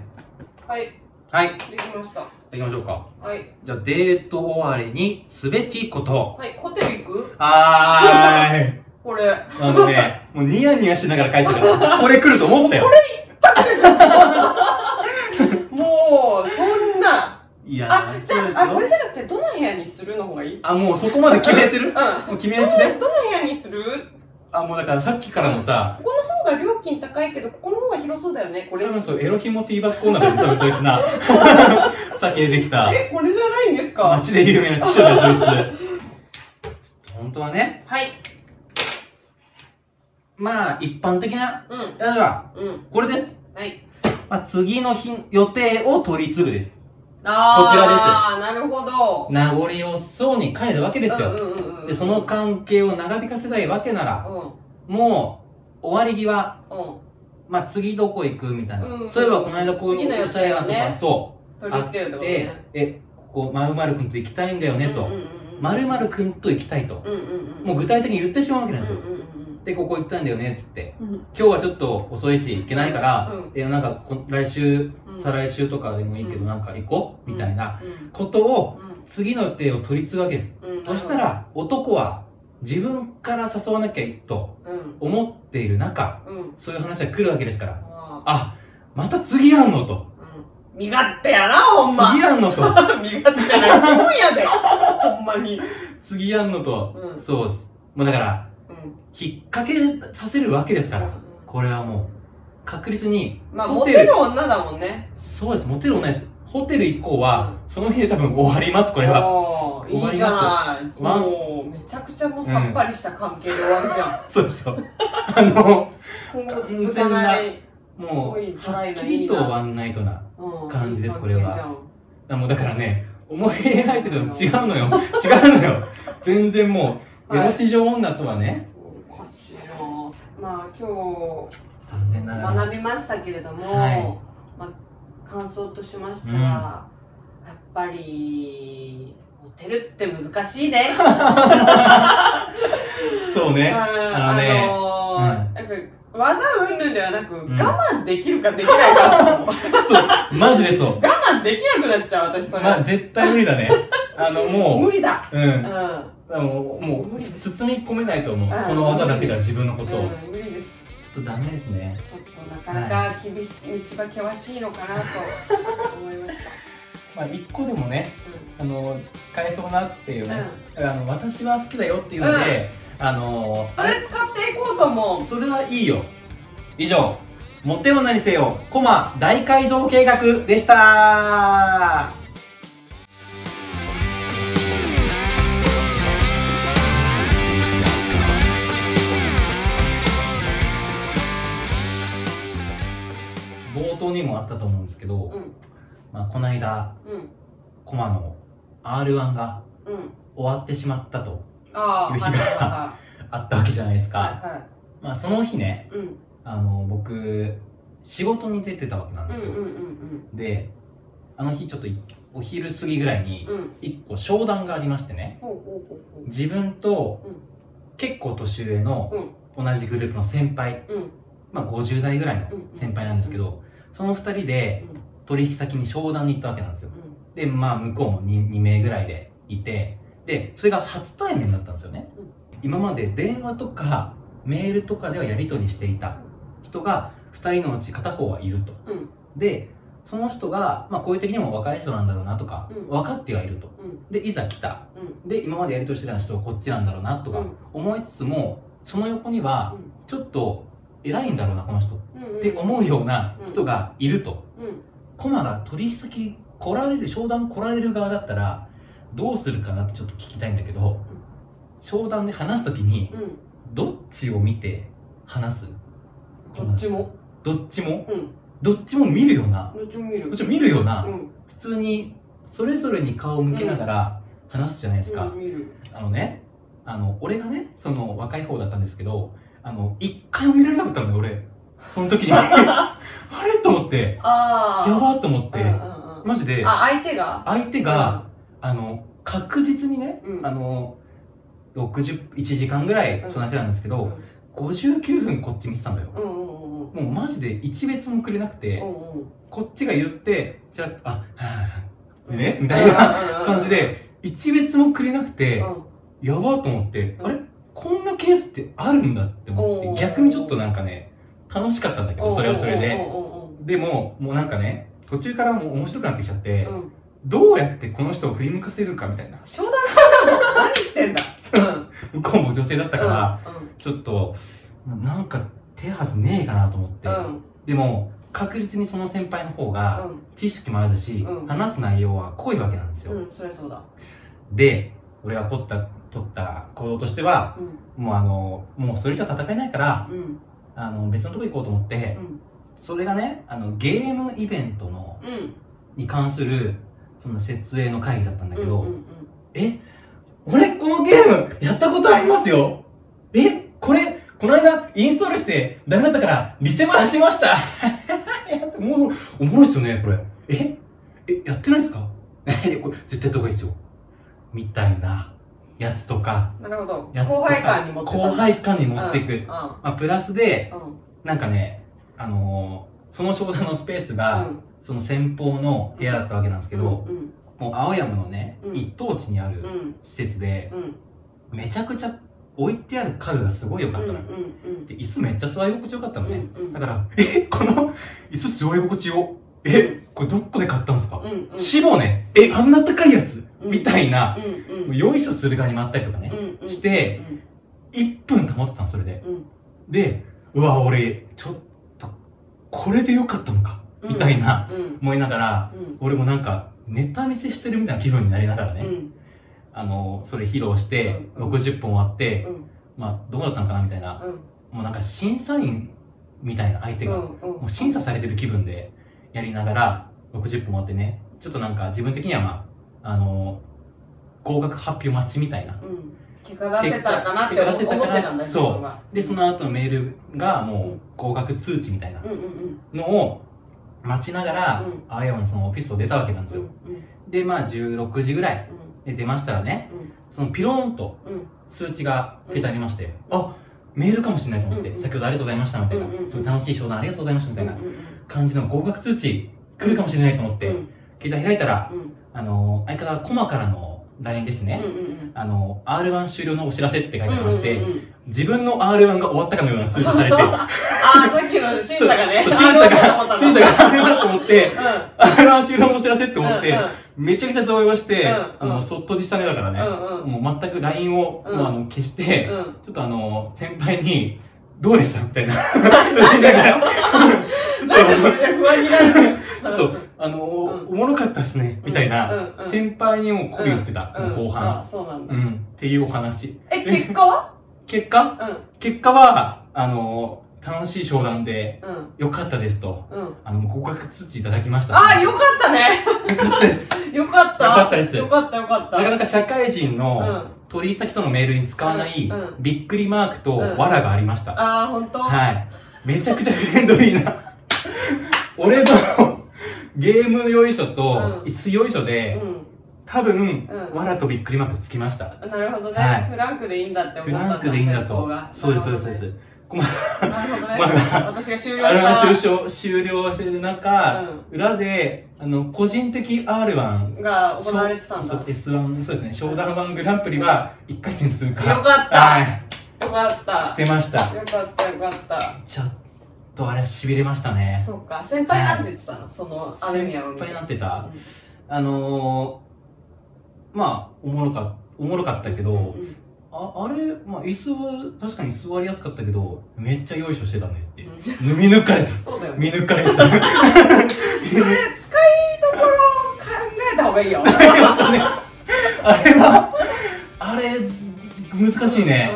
[SPEAKER 2] はい、
[SPEAKER 1] はい。
[SPEAKER 2] できました。
[SPEAKER 1] 行きましょうか。
[SPEAKER 2] はい。
[SPEAKER 1] じゃあ、デート終わりにすべきこと。
[SPEAKER 2] はい、ホテル行く
[SPEAKER 1] あーい。
[SPEAKER 2] これ。あ
[SPEAKER 1] あのね、もうニヤニヤしながら書いてたから、これ来ると思ったよ。
[SPEAKER 2] もう、そ
[SPEAKER 1] <laughs>
[SPEAKER 2] んな。
[SPEAKER 1] いや
[SPEAKER 2] あ
[SPEAKER 1] ー、
[SPEAKER 2] じ
[SPEAKER 1] そう
[SPEAKER 2] ゃ
[SPEAKER 1] です
[SPEAKER 2] あ、あ、これ
[SPEAKER 1] よ。
[SPEAKER 2] じゃなくて、どの部屋にするの方がいいうん。
[SPEAKER 1] あ、もうそこまで決めてる
[SPEAKER 2] どの
[SPEAKER 1] もう決め打ちで
[SPEAKER 2] どの部屋にする
[SPEAKER 1] あ、もうだからさっきからのさ、
[SPEAKER 2] ここの方が料金高いけど、ここの方が広そうだよね。こ
[SPEAKER 1] 多
[SPEAKER 2] れに
[SPEAKER 1] 分
[SPEAKER 2] す
[SPEAKER 1] そう、
[SPEAKER 2] る。
[SPEAKER 1] エロヒモティーバッグコーナーだよね、多分そいつな。 <laughs> さっき出てきた、
[SPEAKER 2] え、これじゃないんですか
[SPEAKER 1] 街で有名な知女だよ、そいつ。本当はね、
[SPEAKER 2] はい。
[SPEAKER 1] まあ、一般的な、
[SPEAKER 2] うん。
[SPEAKER 1] 例えば、
[SPEAKER 2] うん。
[SPEAKER 1] これです。
[SPEAKER 2] はい。
[SPEAKER 1] まあ、次の日、予定を取り継ぐです。
[SPEAKER 2] あー、なるほど。
[SPEAKER 1] 名残惜しそうに帰るわけですよ。
[SPEAKER 2] うんうんうんうん。
[SPEAKER 1] で、その関係を長引かせたいわけなら、
[SPEAKER 2] うん。
[SPEAKER 1] もう、終わり際、
[SPEAKER 2] うん。
[SPEAKER 1] まあ、次どこ行くみたいな、
[SPEAKER 2] うん
[SPEAKER 1] そういえばこの間こういう
[SPEAKER 2] 次の予定をね
[SPEAKER 1] したいなとか、そ
[SPEAKER 2] 取り付けるって
[SPEAKER 1] う
[SPEAKER 2] ことね。
[SPEAKER 1] でえここまるまるくんと行きたいんだよねと、
[SPEAKER 2] うんうんうんうん
[SPEAKER 1] まるまるくんと行きたいと、
[SPEAKER 2] うんうんうん。
[SPEAKER 1] もう具体的に言ってしまうわけなんです
[SPEAKER 2] う
[SPEAKER 1] よ、
[SPEAKER 2] んうんうん
[SPEAKER 1] でここ行きたいんだよねっつって
[SPEAKER 2] うん。
[SPEAKER 1] 今日はちょっと遅いし行けないから、
[SPEAKER 2] うん
[SPEAKER 1] えなんかこ来週
[SPEAKER 2] うん
[SPEAKER 1] 再来週とかでもいいけど、
[SPEAKER 2] うん
[SPEAKER 1] なんか行こうみたいな
[SPEAKER 2] うん
[SPEAKER 1] ことを次の予定を取り継ぐわけです、
[SPEAKER 2] うんうん
[SPEAKER 1] そした、ら男は自分から誘わなきゃいいと
[SPEAKER 2] うん
[SPEAKER 1] 思っている中
[SPEAKER 2] うん、
[SPEAKER 1] そういう話が来るわけですから
[SPEAKER 2] あ
[SPEAKER 1] あまた次やんのと
[SPEAKER 2] ーうん、身勝手やな、ほんま。
[SPEAKER 1] 次やんのと
[SPEAKER 2] 身勝手な自分やで。ほんまに。
[SPEAKER 1] 次やんのと、
[SPEAKER 2] うん
[SPEAKER 1] そうですもうだから
[SPEAKER 2] うん
[SPEAKER 1] 引っ掛けさせるわけですから、これはもう確実に
[SPEAKER 2] まあ、
[SPEAKER 1] ホ
[SPEAKER 2] モ
[SPEAKER 1] テル
[SPEAKER 2] テる女だもんね。
[SPEAKER 1] そうですモテるもないですホテル以降は、その日で多分終わりますこれは
[SPEAKER 2] おーいいじゃない。
[SPEAKER 1] 終わりますよ
[SPEAKER 2] もう、めちゃくちゃもうさっぱりした関係で終わるじゃん。
[SPEAKER 1] そうですよあの
[SPEAKER 2] 今後続かない。す
[SPEAKER 1] も
[SPEAKER 2] ご
[SPEAKER 1] う
[SPEAKER 2] いドラ
[SPEAKER 1] は
[SPEAKER 2] イ
[SPEAKER 1] っ
[SPEAKER 2] な
[SPEAKER 1] き
[SPEAKER 2] いい
[SPEAKER 1] りと
[SPEAKER 2] な
[SPEAKER 1] ワンナイトな
[SPEAKER 2] うん
[SPEAKER 1] 感じです
[SPEAKER 2] いい関
[SPEAKER 1] これは
[SPEAKER 2] 係じゃん
[SPEAKER 1] あもうだからね思い描いてたのと違うのよ違うのよ全然もうエ
[SPEAKER 2] はい
[SPEAKER 1] ロ地上女とはね
[SPEAKER 2] おかしいなまあ、今
[SPEAKER 1] 残念なが
[SPEAKER 2] 日、
[SPEAKER 1] ら
[SPEAKER 2] 学びましたけれども、
[SPEAKER 1] はい
[SPEAKER 2] まあ、感想としましたら、やっぱり、モテるって難しいね。
[SPEAKER 1] そうね
[SPEAKER 2] あ
[SPEAKER 1] あのね
[SPEAKER 2] のーなんか技云々ではなく、我慢できるかできないかだと思う
[SPEAKER 1] そうマジでそう
[SPEAKER 2] 我慢できなくなっちゃう私それ、
[SPEAKER 1] まあ絶対無理だね。あの、
[SPEAKER 2] 無
[SPEAKER 1] も
[SPEAKER 2] 理だ。
[SPEAKER 1] う、う。
[SPEAKER 2] うんん。
[SPEAKER 1] でもも
[SPEAKER 2] 無
[SPEAKER 1] う
[SPEAKER 2] 理で
[SPEAKER 1] つ包み込めないと思
[SPEAKER 2] あ
[SPEAKER 1] う
[SPEAKER 2] ー
[SPEAKER 1] その技だけでは自分のことを、ちょ
[SPEAKER 2] うん、無理です。
[SPEAKER 1] っとダメですね
[SPEAKER 2] ちょっとなかなか厳し、道が険しいのかなと思いました。。
[SPEAKER 1] まあ一個でもねあの使えそうなっていううん
[SPEAKER 2] う
[SPEAKER 1] ね、
[SPEAKER 2] ん。
[SPEAKER 1] あの私は好きだよっていうので、あの
[SPEAKER 2] それ使っていこうと思う。
[SPEAKER 1] それはいいよ以上モテ女にせよコマ大改造計画でした冒頭にもあったと思うんですけど、
[SPEAKER 2] うん
[SPEAKER 1] まあ、この間
[SPEAKER 2] うん。
[SPEAKER 1] コマの R1 が
[SPEAKER 2] うん。
[SPEAKER 1] 終わってしまったと
[SPEAKER 2] ああー、
[SPEAKER 1] 夕日が
[SPEAKER 2] は
[SPEAKER 1] あったわけじゃないです
[SPEAKER 2] いは
[SPEAKER 1] か、
[SPEAKER 2] いはい。はい
[SPEAKER 1] まあ、その日ね
[SPEAKER 2] はい。うん。
[SPEAKER 1] あの僕仕事に出てたわけなん
[SPEAKER 2] う
[SPEAKER 1] で
[SPEAKER 2] ん
[SPEAKER 1] す
[SPEAKER 2] う
[SPEAKER 1] よ、
[SPEAKER 2] んうん
[SPEAKER 1] であの日ちょっといお昼過ぎぐらいに
[SPEAKER 2] うん。うん。
[SPEAKER 1] 一個商談がありましてね
[SPEAKER 2] ほうほうほうほ
[SPEAKER 1] 自分と
[SPEAKER 2] うん
[SPEAKER 1] 結構年上の同じグループの先輩、
[SPEAKER 2] う。うん。
[SPEAKER 1] まあ、50代ぐらいの
[SPEAKER 2] うん
[SPEAKER 1] 先輩なんですけどその2人で
[SPEAKER 2] うん
[SPEAKER 1] 取引先に商談に行ったわけなんですよ
[SPEAKER 2] うん。
[SPEAKER 1] でまあ向こうも 2, 2名ぐらいでいてでそれが初対面だったんですよね、
[SPEAKER 2] うん
[SPEAKER 1] 今まで電話とかメールとかではやり取りしていた人が2人のうち片方はいると、
[SPEAKER 2] うん
[SPEAKER 1] でその人が、まあ、こういう時にも若い人なんだろうなとか、
[SPEAKER 2] うん
[SPEAKER 1] 分かってはいると
[SPEAKER 2] うん。
[SPEAKER 1] でいざ来た、
[SPEAKER 2] う
[SPEAKER 1] で今までやり取りしてた人はこっちなんだろうなとか
[SPEAKER 2] うん
[SPEAKER 1] 思いつつも、その横には
[SPEAKER 2] うん
[SPEAKER 1] ちょっと偉いんだろうなこの人っ
[SPEAKER 2] うんうん。
[SPEAKER 1] て思うような人がいると、
[SPEAKER 2] うん。
[SPEAKER 1] コマが取引先来られる商談来られる側だったらどうするかなってちょっと聞きたいんだけど、商談で話すときに
[SPEAKER 2] うん。
[SPEAKER 1] どっちを見て話す
[SPEAKER 2] どっちも。
[SPEAKER 1] どっちも、
[SPEAKER 2] うん
[SPEAKER 1] どっちも見るよな
[SPEAKER 2] どっちも見る。
[SPEAKER 1] どっちも見るよな、
[SPEAKER 2] うん。
[SPEAKER 1] 普通にそれぞれに顔を向けながら話すじゃないですか、
[SPEAKER 2] うん見る。
[SPEAKER 1] あのねあの俺がねその若い方だったんですけどあの一回も見られなかったのよ俺その時
[SPEAKER 2] <laughs>
[SPEAKER 1] にあれと思って
[SPEAKER 2] ああ。
[SPEAKER 1] やばーと思って、
[SPEAKER 2] うんうんうん。
[SPEAKER 1] マジで
[SPEAKER 2] あ、相手が
[SPEAKER 1] 相手が、、あの確実にね、
[SPEAKER 2] うん
[SPEAKER 1] あの61時間ぐらいその話なんですけ
[SPEAKER 2] うん
[SPEAKER 1] ど、59分こっち見てたんだよ、
[SPEAKER 2] うんうんうんうん。
[SPEAKER 1] もうマジで一別もくれなくて、
[SPEAKER 2] うんうん。
[SPEAKER 1] こっちが言ってじゃああはあ
[SPEAKER 2] うん
[SPEAKER 1] ねみたいな
[SPEAKER 2] うんうんうん
[SPEAKER 1] 感じで一別もくれなくて、
[SPEAKER 2] う
[SPEAKER 1] やばーと思って、
[SPEAKER 2] うん
[SPEAKER 1] あれこんなケースってあるんだって思
[SPEAKER 2] お
[SPEAKER 1] っ
[SPEAKER 2] ー
[SPEAKER 1] て逆にちょっとなんかね楽しかったんだけ
[SPEAKER 2] ん
[SPEAKER 1] どそれはそれで
[SPEAKER 2] うんうん
[SPEAKER 1] でももうなんかね途中からもう面白くなってきちゃって、
[SPEAKER 2] うんうん
[SPEAKER 1] どうやってこの人を振り向かせるかみたいな
[SPEAKER 2] 商談中だぞ何してんだ
[SPEAKER 1] 向こうも女性だったから、
[SPEAKER 2] うんうん
[SPEAKER 1] ちょっとなんか手はずねえかなと思って、
[SPEAKER 2] うん
[SPEAKER 1] でも確実にその先輩の方が知識もあるし、
[SPEAKER 2] うん
[SPEAKER 1] 話す内容は濃いわけなんですよ、
[SPEAKER 2] うんうんそりゃそうだ
[SPEAKER 1] で俺が取った取った行動としては
[SPEAKER 2] うん
[SPEAKER 1] もうあのもうそれじゃ戦えないから
[SPEAKER 2] うん
[SPEAKER 1] あの別のとこ行こうと思って、
[SPEAKER 2] うん
[SPEAKER 1] それがねあのゲームイベントの
[SPEAKER 2] うん
[SPEAKER 1] に関するその設営の会議だったんだけど、
[SPEAKER 2] うんうん
[SPEAKER 1] え俺このゲームやったことありますよえこれこの間インストールしてダメだったからリセマラしま <laughs> したやってもうおもろいっすよねこれええやってないっすかいやこれ絶対やった方がいいっすよみたいなやつとか
[SPEAKER 2] うんなるほど
[SPEAKER 1] やつとか
[SPEAKER 2] 後輩感に持ってた
[SPEAKER 1] 後輩感に持っていく、
[SPEAKER 2] うんうん
[SPEAKER 1] まあ、プラスで
[SPEAKER 2] うん
[SPEAKER 1] なんかねあのーその商談のスペースが、
[SPEAKER 2] うん
[SPEAKER 1] その先方の部屋だったわけなんですけど、
[SPEAKER 2] うん
[SPEAKER 1] もう青山のね、
[SPEAKER 2] うん
[SPEAKER 1] 一等地にある
[SPEAKER 2] うんうん
[SPEAKER 1] 施設で、
[SPEAKER 2] うん
[SPEAKER 1] めちゃくちゃ置いてある家具がすごい良かったのよ、
[SPEAKER 2] うんうん
[SPEAKER 1] で椅子めっちゃ座り心地良かったのね、
[SPEAKER 2] うんうん
[SPEAKER 1] だから「えこの椅子座り心地よえこれどこで買ったんですか
[SPEAKER 2] うんうん
[SPEAKER 1] しぼねえあんな高いやつ、
[SPEAKER 2] うん
[SPEAKER 1] みたいな
[SPEAKER 2] うんうん
[SPEAKER 1] もうよいしょする側に回ったりとかね、
[SPEAKER 2] うんうん
[SPEAKER 1] して1分保ってたのそれで
[SPEAKER 2] うんうん
[SPEAKER 1] でうわ俺ちょっとこれで良かったのか、みたいな
[SPEAKER 2] うん
[SPEAKER 1] 思いながら
[SPEAKER 2] うん
[SPEAKER 1] 俺もなんかネタ見せしてるみたいな気分になりながらね、
[SPEAKER 2] うん
[SPEAKER 1] あのそれ披露して
[SPEAKER 2] うんうん
[SPEAKER 1] 60本割って、
[SPEAKER 2] うん
[SPEAKER 1] まあ、どこだったのかなみたいな、
[SPEAKER 2] うん
[SPEAKER 1] もうなんか審査員みたいな相手が、
[SPEAKER 2] うん
[SPEAKER 1] も
[SPEAKER 2] うん
[SPEAKER 1] う審査されてる気分でやりながら、60分終わってね、ちょっとなんか自分的にはまあ、あのー合格発表待ちみたいな。
[SPEAKER 2] うん結果出せたかなって思
[SPEAKER 1] 結果出せたかな
[SPEAKER 2] 思ってたんだ
[SPEAKER 1] そう
[SPEAKER 2] 自分は
[SPEAKER 1] で、その後のメールがもう合格通知みたいな
[SPEAKER 2] うんうんうん
[SPEAKER 1] のを待ちながら
[SPEAKER 2] うん、
[SPEAKER 1] 青山のそのオフィスを出たわけなんです
[SPEAKER 2] うん
[SPEAKER 1] よ。
[SPEAKER 2] うん
[SPEAKER 1] で、まあ16時ぐらい
[SPEAKER 2] う
[SPEAKER 1] で
[SPEAKER 2] ん
[SPEAKER 1] 出ましたらね、
[SPEAKER 2] うん
[SPEAKER 1] そのピローンと
[SPEAKER 2] うん
[SPEAKER 1] 通知が出てありまして、あメールかもしれないと思って、
[SPEAKER 2] うんうん
[SPEAKER 1] 先ほどありがとうございましたみたいな、
[SPEAKER 2] うんうんうん
[SPEAKER 1] すごい楽しい商談ありがとうございましたみたいな
[SPEAKER 2] うんうん
[SPEAKER 1] 感じの合格通知来るかもしれないと思って、
[SPEAKER 2] うん
[SPEAKER 1] 携帯開いたら、
[SPEAKER 2] うん
[SPEAKER 1] あのー相方がコマからの楕円です
[SPEAKER 2] う
[SPEAKER 1] ね
[SPEAKER 2] ん、うん
[SPEAKER 1] あの、R1 終了のお知らせって書い
[SPEAKER 2] うん
[SPEAKER 1] てありまして、
[SPEAKER 2] うんうんうん
[SPEAKER 1] 自分の R1 が終わったかのような通知されて、
[SPEAKER 2] ああ、さっきの <laughs> 審査がね。
[SPEAKER 1] そうそう審査
[SPEAKER 2] あ
[SPEAKER 1] が、審査があれだと思って、R1 <laughs> 終了のお知らせって
[SPEAKER 2] うん。
[SPEAKER 1] 思って、
[SPEAKER 2] うん
[SPEAKER 1] めちゃくちゃ動揺して、
[SPEAKER 2] うん
[SPEAKER 1] あの、そっとしたねだからね、
[SPEAKER 2] うんうん
[SPEAKER 1] もう全く LINE を、
[SPEAKER 2] うん
[SPEAKER 1] もうあの消して、
[SPEAKER 2] うんうん。
[SPEAKER 1] ちょっとあの、先輩に、どうでしたみ
[SPEAKER 2] <laughs>
[SPEAKER 1] たいな。言いながら
[SPEAKER 2] なんかそれで不安になる。
[SPEAKER 1] ちょっと、あのーおもろかったっすね、みたいな、
[SPEAKER 2] うんうん
[SPEAKER 1] 先輩にも媚び売ってた、
[SPEAKER 2] うん
[SPEAKER 1] 後
[SPEAKER 2] あ、
[SPEAKER 1] 半、
[SPEAKER 2] そうなん
[SPEAKER 1] う
[SPEAKER 2] だ
[SPEAKER 1] ん。っていうお話。
[SPEAKER 2] え、結果は
[SPEAKER 1] 結果
[SPEAKER 2] う
[SPEAKER 1] 結果は、あのー楽しい商談で、
[SPEAKER 2] ん。うん。
[SPEAKER 1] 良かったですと、
[SPEAKER 2] うん。
[SPEAKER 1] あの、合格通知いただきました。
[SPEAKER 2] ああ、よかったね。
[SPEAKER 1] よかったです。
[SPEAKER 2] よかった。
[SPEAKER 1] よかったです
[SPEAKER 2] よかった、よかっ
[SPEAKER 1] <laughs>
[SPEAKER 2] た。
[SPEAKER 1] なかなか社会人
[SPEAKER 2] うん
[SPEAKER 1] の、取引先とのメールに使わない
[SPEAKER 2] うん、う
[SPEAKER 1] びっくりマークと、
[SPEAKER 2] うん
[SPEAKER 1] わらがありました。
[SPEAKER 2] ああ、ほんと
[SPEAKER 1] はい。めちゃくちゃフレンドリー
[SPEAKER 2] <laughs>
[SPEAKER 1] な。俺の <laughs> ゲーム用意書と
[SPEAKER 2] うん
[SPEAKER 1] 椅子用意書
[SPEAKER 2] う
[SPEAKER 1] で、
[SPEAKER 2] ん。
[SPEAKER 1] 多分、
[SPEAKER 2] うん
[SPEAKER 1] わらとびっくりマークつきました。
[SPEAKER 2] なるほどね、
[SPEAKER 1] はい
[SPEAKER 2] フランクでいいんだって思
[SPEAKER 1] フ
[SPEAKER 2] ったんだ
[SPEAKER 1] ランクでいいんだ
[SPEAKER 2] 先方
[SPEAKER 1] と
[SPEAKER 2] が。
[SPEAKER 1] そうです、そうです、そうです。
[SPEAKER 2] なるほどね。
[SPEAKER 1] まあま
[SPEAKER 2] 私が終了
[SPEAKER 1] あれ
[SPEAKER 2] し
[SPEAKER 1] は終
[SPEAKER 2] た
[SPEAKER 1] 了、終了してる中、裏で、あの、個人的 R1、
[SPEAKER 2] が行われてたんだ。
[SPEAKER 1] そう
[SPEAKER 2] よ
[SPEAKER 1] S1、そうですね、商談版グランプリは1回戦通過。
[SPEAKER 2] よかった
[SPEAKER 1] はい。
[SPEAKER 2] かっ。
[SPEAKER 1] したてました。
[SPEAKER 2] よかった、よかった。
[SPEAKER 1] ちょっとあれ、痺れましたね。
[SPEAKER 2] そうか、先輩なんて言ってたのそのアメミヤ
[SPEAKER 1] い
[SPEAKER 2] を
[SPEAKER 1] っ
[SPEAKER 2] 見
[SPEAKER 1] ぱ
[SPEAKER 2] て。
[SPEAKER 1] いなってた。あのー、まあ、おもろか、おもろかったけど、
[SPEAKER 2] うん
[SPEAKER 1] あ、あれ、まあ、椅子は確かに座りやすかったけど、めっちゃよいしょしてたねって。見抜かれた。
[SPEAKER 2] そうだよね。
[SPEAKER 1] 見抜かれ
[SPEAKER 2] <laughs>
[SPEAKER 1] てた。よ
[SPEAKER 2] それ、使いどころを考えた方がい
[SPEAKER 1] <laughs>
[SPEAKER 2] いよ。
[SPEAKER 1] かったねあれは、あれ、難しいね。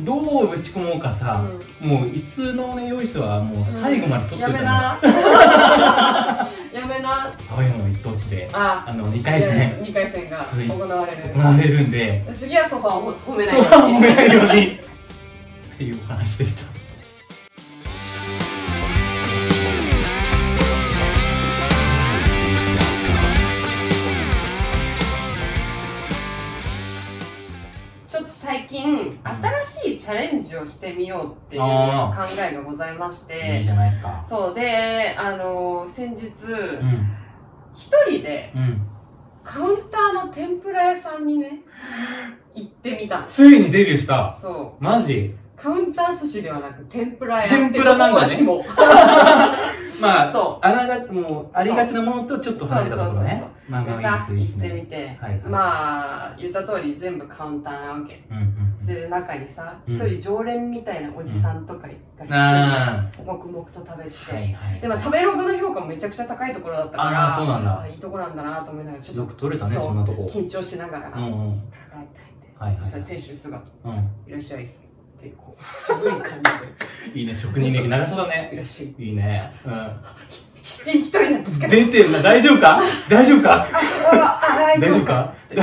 [SPEAKER 1] どうぶち込もうか
[SPEAKER 2] うん。
[SPEAKER 1] さ、
[SPEAKER 2] うん
[SPEAKER 1] もう椅子のね、よいしょはもう最後まで取って
[SPEAKER 2] や
[SPEAKER 1] た
[SPEAKER 2] め
[SPEAKER 1] の。 <laughs>
[SPEAKER 2] な。やめな。
[SPEAKER 1] 青山の一等地で、
[SPEAKER 2] あ、
[SPEAKER 1] あの、2回戦
[SPEAKER 2] 2回戦が
[SPEAKER 1] つい
[SPEAKER 2] 行われる
[SPEAKER 1] 行。われるんで、
[SPEAKER 2] 次はソファーを褒めない
[SPEAKER 1] そう
[SPEAKER 2] ように
[SPEAKER 1] は思えないように。っていうお話でした。
[SPEAKER 2] ちょっと最近、新しいチャレンジをしてみようっていう考
[SPEAKER 1] あ
[SPEAKER 2] えがございまし
[SPEAKER 1] いい
[SPEAKER 2] て、
[SPEAKER 1] じゃないですか。
[SPEAKER 2] そうで、あの、先日、
[SPEAKER 1] うん。
[SPEAKER 2] 一人で
[SPEAKER 1] うん。
[SPEAKER 2] カウンターの天ぷら屋さんに
[SPEAKER 1] <laughs>
[SPEAKER 2] ね、行ってみたんです。
[SPEAKER 1] ついにデビューした。
[SPEAKER 2] そう。
[SPEAKER 1] マジ
[SPEAKER 2] カウンター寿司ではなく天ぷら屋
[SPEAKER 1] 天ぷらなんだね
[SPEAKER 2] っ
[SPEAKER 1] <laughs>
[SPEAKER 2] てことが
[SPEAKER 1] ま
[SPEAKER 2] 肝そ
[SPEAKER 1] あなが、もう、ありがちなものとちょっと離れたところ
[SPEAKER 2] そう
[SPEAKER 1] ね
[SPEAKER 2] そう。
[SPEAKER 1] まあ
[SPEAKER 2] う。で
[SPEAKER 1] ま
[SPEAKER 2] さ、
[SPEAKER 1] あ、いいっす、い
[SPEAKER 2] 行っ
[SPEAKER 1] い
[SPEAKER 2] て
[SPEAKER 1] っすね。
[SPEAKER 2] みて
[SPEAKER 1] はい、
[SPEAKER 2] まあ、言った通り全部カウンターなわけ。
[SPEAKER 1] うんうん
[SPEAKER 2] それで中にさ、
[SPEAKER 1] うん
[SPEAKER 2] 一人常連みたいなおじさんとかが一
[SPEAKER 1] うん。
[SPEAKER 2] 人
[SPEAKER 1] あ
[SPEAKER 2] 黙々と食べてて、
[SPEAKER 1] あ。はいはい。
[SPEAKER 2] でも食べログの評価もめちゃくちゃ高いところだったから
[SPEAKER 1] ああ、そうなん
[SPEAKER 2] あ
[SPEAKER 1] だ。
[SPEAKER 2] いいとこなんだなと思いながらちょ
[SPEAKER 1] よ
[SPEAKER 2] っ
[SPEAKER 1] く
[SPEAKER 2] と
[SPEAKER 1] 取れたね、
[SPEAKER 2] そう
[SPEAKER 1] そんなとこ。
[SPEAKER 2] 緊張しながら、
[SPEAKER 1] う
[SPEAKER 2] カラ
[SPEAKER 1] んうん。
[SPEAKER 2] カラって入って、
[SPEAKER 1] はいはいはい
[SPEAKER 2] そしたら店主の人が
[SPEAKER 1] う
[SPEAKER 2] 「いらっしゃい」ってこう渋い感じ
[SPEAKER 1] ん。いいね、職人歴長そうだね。
[SPEAKER 2] で「いらっしゃい
[SPEAKER 1] いいね。うん。」
[SPEAKER 2] ひひ一人なんですけど
[SPEAKER 1] 出てるな、大丈夫か大丈夫か
[SPEAKER 2] ああああ
[SPEAKER 1] 大丈夫か <laughs>
[SPEAKER 2] つってど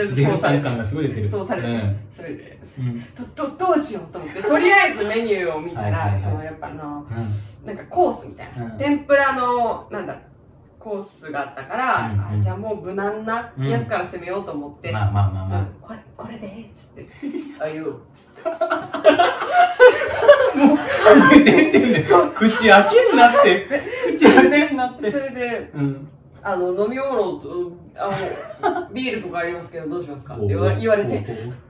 [SPEAKER 2] うぞで
[SPEAKER 1] 減産感がすごい出てる。
[SPEAKER 2] そうされて、
[SPEAKER 1] うん
[SPEAKER 2] それで
[SPEAKER 1] うん。
[SPEAKER 2] どどどうしようと思ってとりあえずメニューを見たら
[SPEAKER 1] はいはいはい
[SPEAKER 2] そのやっぱあの
[SPEAKER 1] うん
[SPEAKER 2] なんかコースみたいな、
[SPEAKER 1] うん
[SPEAKER 2] 天ぷらのなんだコースがあったから、
[SPEAKER 1] うんうん
[SPEAKER 2] あじゃあもう無難なやつから攻めようと思って、
[SPEAKER 1] まあまあまあ
[SPEAKER 2] う
[SPEAKER 1] まあ
[SPEAKER 2] ん。これこれでっつ
[SPEAKER 1] <laughs>
[SPEAKER 2] って「あいう」つって
[SPEAKER 1] 出てんね口開けんなって。口開けんなっ
[SPEAKER 2] そ
[SPEAKER 1] て。
[SPEAKER 2] れで
[SPEAKER 1] うん。
[SPEAKER 2] 「あの飲み物とあのビールとかありますけどどうしますか?」って言わ言われて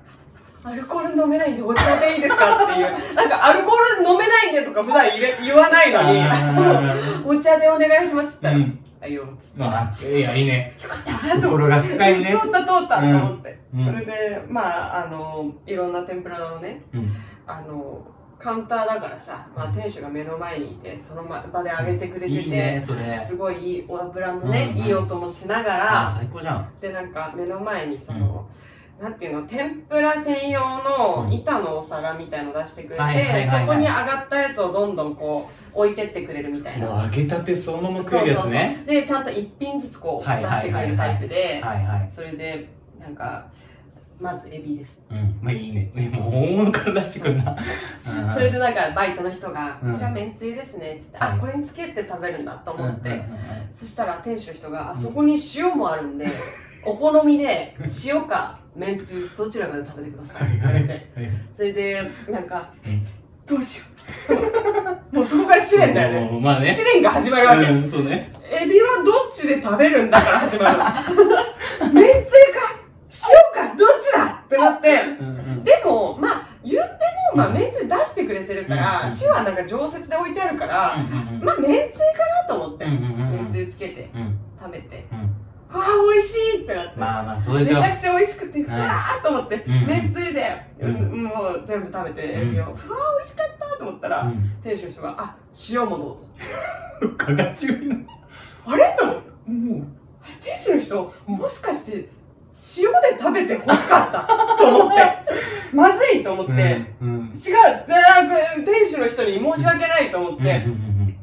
[SPEAKER 2] 「アルコール飲めないんでお茶でいいですか?」っていうなんかアルコール飲めないんでとか普段言え言わないのに
[SPEAKER 1] あ
[SPEAKER 2] 「 <laughs> お茶でお願いします」っつっ
[SPEAKER 1] ー
[SPEAKER 2] た
[SPEAKER 1] う
[SPEAKER 2] ら
[SPEAKER 1] ん。
[SPEAKER 2] 「あいう」つって「よか
[SPEAKER 1] まあ、いや、いいね。
[SPEAKER 2] った」と思って
[SPEAKER 1] 心が深いね。
[SPEAKER 2] 通った通ったと思って、
[SPEAKER 1] うん
[SPEAKER 2] それでまああのいろんな天ぷらをね
[SPEAKER 1] うん。
[SPEAKER 2] あのカウンターだからさ、まあ、店主が目の前にいてその場で揚げてくれてて、
[SPEAKER 1] いいね、それ。
[SPEAKER 2] すごいいいお油のね、
[SPEAKER 1] うんうん
[SPEAKER 2] いい音もしなが
[SPEAKER 1] あ
[SPEAKER 2] ら
[SPEAKER 1] 最高じゃん。
[SPEAKER 2] でなんか目の前にその、なんていうの天ぷら専用の板のお皿みたいの出してくれ
[SPEAKER 1] はいはいはいはい
[SPEAKER 2] てそこに上がったやつをどんどんこう置いてってくれるみたい
[SPEAKER 1] も
[SPEAKER 2] な。
[SPEAKER 1] う揚げたてそのまま
[SPEAKER 2] そ
[SPEAKER 1] 食
[SPEAKER 2] う
[SPEAKER 1] える
[SPEAKER 2] そう
[SPEAKER 1] や
[SPEAKER 2] そ
[SPEAKER 1] つね。
[SPEAKER 2] うでちゃんと一品ずつこう
[SPEAKER 1] は
[SPEAKER 2] 出
[SPEAKER 1] いはい
[SPEAKER 2] してくれるタイプで
[SPEAKER 1] はいはい。
[SPEAKER 2] それでなんかまずエビです
[SPEAKER 1] うん。まあいいね。ねもう大物から出してくんな。
[SPEAKER 2] それでなんかバイトの人が「
[SPEAKER 1] うん
[SPEAKER 2] こちらめんつゆですね」って言って「
[SPEAKER 1] はい
[SPEAKER 2] あこれにつけて食べるんだ」と思って、
[SPEAKER 1] うんうんうん
[SPEAKER 2] そしたら店主の人が「
[SPEAKER 1] ん
[SPEAKER 2] あそこに塩もあるんで、お好みで塩かめんつゆどちらかで食べてください」って言われて
[SPEAKER 1] うん。
[SPEAKER 2] それでなんか
[SPEAKER 1] う
[SPEAKER 2] 「どうしよう」もうそこから試練だよね
[SPEAKER 1] もうまあね。
[SPEAKER 2] 試練が始まるわけ、
[SPEAKER 1] うん、そうね。 <laughs>
[SPEAKER 2] エビはどっちで食べるんだから始まるめんつゆか塩かどっちだってなって
[SPEAKER 1] うんうん
[SPEAKER 2] でもまあ言っても、まあ、めんつゆ出してくれてるから、
[SPEAKER 1] うん
[SPEAKER 2] 塩はなんか常設で置いてあるから、
[SPEAKER 1] うん
[SPEAKER 2] まあめんつゆかなと思って、
[SPEAKER 1] うんうんうん
[SPEAKER 2] めんつゆつけて
[SPEAKER 1] うん
[SPEAKER 2] 食べて
[SPEAKER 1] うん
[SPEAKER 2] わあ美味しいってなって、
[SPEAKER 1] まあまあそうで
[SPEAKER 2] め
[SPEAKER 1] す
[SPEAKER 2] ち
[SPEAKER 1] よ
[SPEAKER 2] ゃくちゃ美味しくて、ふ
[SPEAKER 1] はい
[SPEAKER 2] わーっと思って、
[SPEAKER 1] うん
[SPEAKER 2] めんつゆで、
[SPEAKER 1] う
[SPEAKER 2] うんんもう全部食べて、
[SPEAKER 1] うん
[SPEAKER 2] いやふわー美味しかったと思ったら、
[SPEAKER 1] うん
[SPEAKER 2] 店主の人が、あ、塩もどうぞ。
[SPEAKER 1] 価が違いな
[SPEAKER 2] あれと思って、もう、あれ店主の人、もしかして、塩で食べて欲しかったと思って、
[SPEAKER 1] <laughs>
[SPEAKER 2] まずいと思って、違う、
[SPEAKER 1] うんうん
[SPEAKER 2] じゃあ店主の人に申し訳ないと思って、
[SPEAKER 1] うん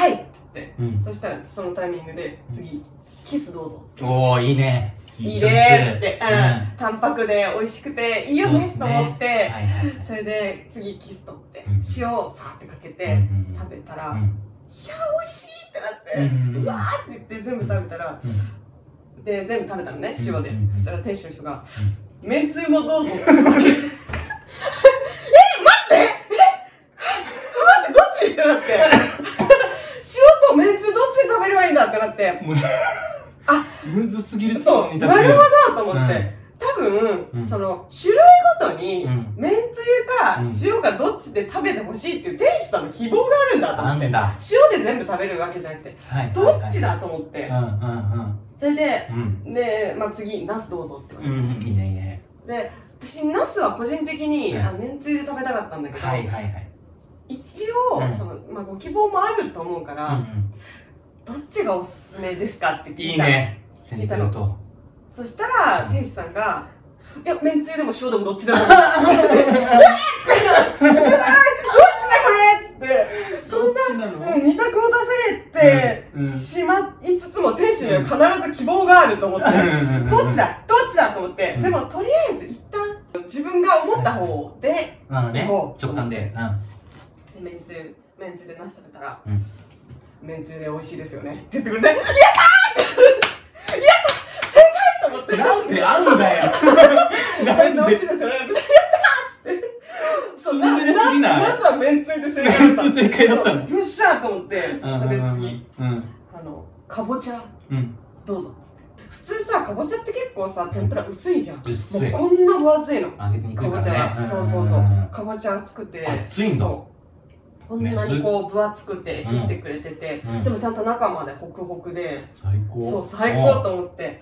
[SPEAKER 2] はいって言って、
[SPEAKER 1] うんうん
[SPEAKER 2] そしたらそのタイミングで、次、キスどうぞ。
[SPEAKER 1] うんおおいいね
[SPEAKER 2] いい
[SPEAKER 1] チョイス
[SPEAKER 2] ねーっつって、
[SPEAKER 1] うん
[SPEAKER 2] うん、淡白で美味しくていいよ
[SPEAKER 1] そうっ
[SPEAKER 2] ね
[SPEAKER 1] す
[SPEAKER 2] と
[SPEAKER 1] ね
[SPEAKER 2] 思って、
[SPEAKER 1] はいはいはい
[SPEAKER 2] それで次キス取って、
[SPEAKER 1] うん
[SPEAKER 2] 塩をファーってかけ
[SPEAKER 1] うん
[SPEAKER 2] て
[SPEAKER 1] うんうん
[SPEAKER 2] 食べたら、
[SPEAKER 1] う
[SPEAKER 2] いや
[SPEAKER 1] ん
[SPEAKER 2] ー美味しいってなって、
[SPEAKER 1] う
[SPEAKER 2] うん
[SPEAKER 1] うんうん
[SPEAKER 2] わーって言って全部食べたら、で全部食べたのね塩で、
[SPEAKER 1] うんうんうん
[SPEAKER 2] そしたら店主の人が
[SPEAKER 1] う
[SPEAKER 2] 「めんつゆもどうぞ」って言うわけえ待ってえ待ってどっち?」ってなって塩とめんつゆどっちで食べればいいんだってなって
[SPEAKER 1] んもう
[SPEAKER 2] あ
[SPEAKER 1] むずすぎる
[SPEAKER 2] そう
[SPEAKER 1] 食べ
[SPEAKER 2] なるほどと思って。
[SPEAKER 1] うん
[SPEAKER 2] 多分、
[SPEAKER 1] うん
[SPEAKER 2] その種類ごとに、
[SPEAKER 1] うん
[SPEAKER 2] めんつゆか
[SPEAKER 1] うん
[SPEAKER 2] 塩かどっちで食べてほしいっていう店主さんの希望があるんだと思
[SPEAKER 1] あ
[SPEAKER 2] って
[SPEAKER 1] んだ
[SPEAKER 2] 塩で全部食べるわけじゃなくて
[SPEAKER 1] はい
[SPEAKER 2] どっち
[SPEAKER 1] だ
[SPEAKER 2] だと思って、
[SPEAKER 1] うんうん
[SPEAKER 2] それで
[SPEAKER 1] うん
[SPEAKER 2] で、まあ、次ナスどうぞって言
[SPEAKER 1] う
[SPEAKER 2] われて、
[SPEAKER 1] んうんいいねいいね
[SPEAKER 2] で私ナスは個人的に、
[SPEAKER 1] うん
[SPEAKER 2] あめんつゆで食べたかったんだけど、
[SPEAKER 1] はいはいはい
[SPEAKER 2] 一応、
[SPEAKER 1] うん
[SPEAKER 2] そのまあ、ご希望もあると思うから、
[SPEAKER 1] うん
[SPEAKER 2] どっちがおすすめですかって
[SPEAKER 1] うんい
[SPEAKER 2] 聞い
[SPEAKER 1] い
[SPEAKER 2] たの
[SPEAKER 1] ね先手のと
[SPEAKER 2] そしたら
[SPEAKER 1] うん
[SPEAKER 2] 店主さんが「いやめんつゆでも塩でもどっ
[SPEAKER 1] <laughs>
[SPEAKER 2] ちでも」どっちだこれっつって、そん
[SPEAKER 1] なな
[SPEAKER 2] な、うん、二択を出され
[SPEAKER 1] うんうん
[SPEAKER 2] てしまいつつも、店主には必ず希望があると思って、どっちだどっちだと思って、
[SPEAKER 1] うん
[SPEAKER 2] でもとりあえず一旦自分が思った方で、
[SPEAKER 1] なのね
[SPEAKER 2] 行こ
[SPEAKER 1] 直
[SPEAKER 2] う
[SPEAKER 1] 感でう
[SPEAKER 2] でめんつゆ、めんつゆでなし食べたら、
[SPEAKER 1] うん
[SPEAKER 2] めんつゆで美味しいですよねって言ってくれて、やったーってやった正解と思って、
[SPEAKER 1] んなんであんだよ
[SPEAKER 2] めんつゆ美味しいですよねって言って、やったーっつって。そうな
[SPEAKER 1] 進んでるすぎない
[SPEAKER 2] なすはめんつゆで正解だった。
[SPEAKER 1] 正解だったの
[SPEAKER 2] そうよっしゃーと思って、
[SPEAKER 1] うん
[SPEAKER 2] それで次。
[SPEAKER 1] うん
[SPEAKER 2] あのかぼちゃ
[SPEAKER 1] うん
[SPEAKER 2] どうぞっつって普通さかぼちゃって結構さ天ぷら薄いじゃんも
[SPEAKER 1] 薄いう
[SPEAKER 2] こんな分厚いの
[SPEAKER 1] 揚げてにく
[SPEAKER 2] か
[SPEAKER 1] いか
[SPEAKER 2] ぼちゃ
[SPEAKER 1] ら
[SPEAKER 2] は
[SPEAKER 1] ね
[SPEAKER 2] そうそうそ
[SPEAKER 1] んん
[SPEAKER 2] うんかぼちゃ厚くて
[SPEAKER 1] 厚いんだ
[SPEAKER 2] そうこんなにこう分厚くて切ってくれてて、
[SPEAKER 1] うん
[SPEAKER 2] でもちゃんと中までホクホクで、
[SPEAKER 1] 最高
[SPEAKER 2] そう最高と思って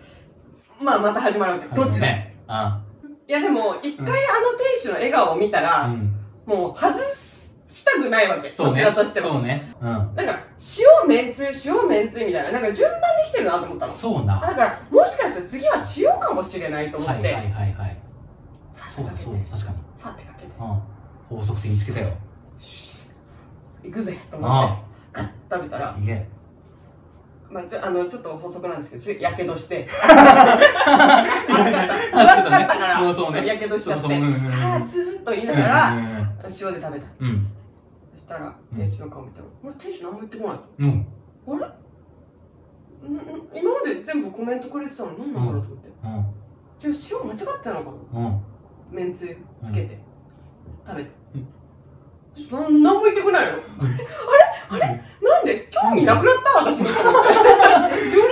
[SPEAKER 2] まあまた始まるわけ、
[SPEAKER 1] お
[SPEAKER 2] どっちだ、
[SPEAKER 1] ねあ
[SPEAKER 2] いやでも一回あの店主の笑顔を見たら、
[SPEAKER 1] うん
[SPEAKER 2] もう外すしたくないわけ
[SPEAKER 1] そう
[SPEAKER 2] こ
[SPEAKER 1] ね
[SPEAKER 2] ちらとしても
[SPEAKER 1] そうねうん
[SPEAKER 2] なんか塩めんつゆ塩めんつゆみたいななんか順番できてるなと思ったの
[SPEAKER 1] そうな
[SPEAKER 2] あだからもしかしたら次は塩かもしれないと思
[SPEAKER 1] は
[SPEAKER 2] っ
[SPEAKER 1] い
[SPEAKER 2] て、
[SPEAKER 1] はいはいはい
[SPEAKER 2] フ
[SPEAKER 1] そ
[SPEAKER 2] ァ
[SPEAKER 1] う
[SPEAKER 2] ッ
[SPEAKER 1] だ
[SPEAKER 2] てかけて
[SPEAKER 1] そうだ確かに
[SPEAKER 2] ファッてかけて
[SPEAKER 1] うん法則性見つけたよ
[SPEAKER 2] 行くぜと思って
[SPEAKER 1] あ
[SPEAKER 2] ガッと食べたら
[SPEAKER 1] あ、いげ
[SPEAKER 2] まあ、ちょあのちょっと補足なんですけどちょやけどし
[SPEAKER 1] <laughs>
[SPEAKER 2] て
[SPEAKER 1] いや
[SPEAKER 2] 暑
[SPEAKER 1] い
[SPEAKER 2] か
[SPEAKER 1] や
[SPEAKER 2] った暑かったから
[SPEAKER 1] そう
[SPEAKER 2] ち
[SPEAKER 1] そうね
[SPEAKER 2] ょっとやけどしちゃっ
[SPEAKER 1] そ
[SPEAKER 2] て
[SPEAKER 1] うそううんうんうん
[SPEAKER 2] ああずーっと言いながら、
[SPEAKER 1] うん
[SPEAKER 2] 塩で食べた
[SPEAKER 1] うん
[SPEAKER 2] そしたら
[SPEAKER 1] うん
[SPEAKER 2] 店主の顔見たら「あれ店主何も言ってこない
[SPEAKER 1] うんうん
[SPEAKER 2] んん今まで全部コメントくれてたの何なんだろう?」と思って
[SPEAKER 1] うん
[SPEAKER 2] 「じゃあ塩間違ってたのかな?」
[SPEAKER 1] うん
[SPEAKER 2] めんつゆつけて、食べて
[SPEAKER 1] うん、
[SPEAKER 2] ちょっとなん、何も言ってこないのなんで興味なくなった私に
[SPEAKER 1] <laughs>
[SPEAKER 2] と思って常連のお客さん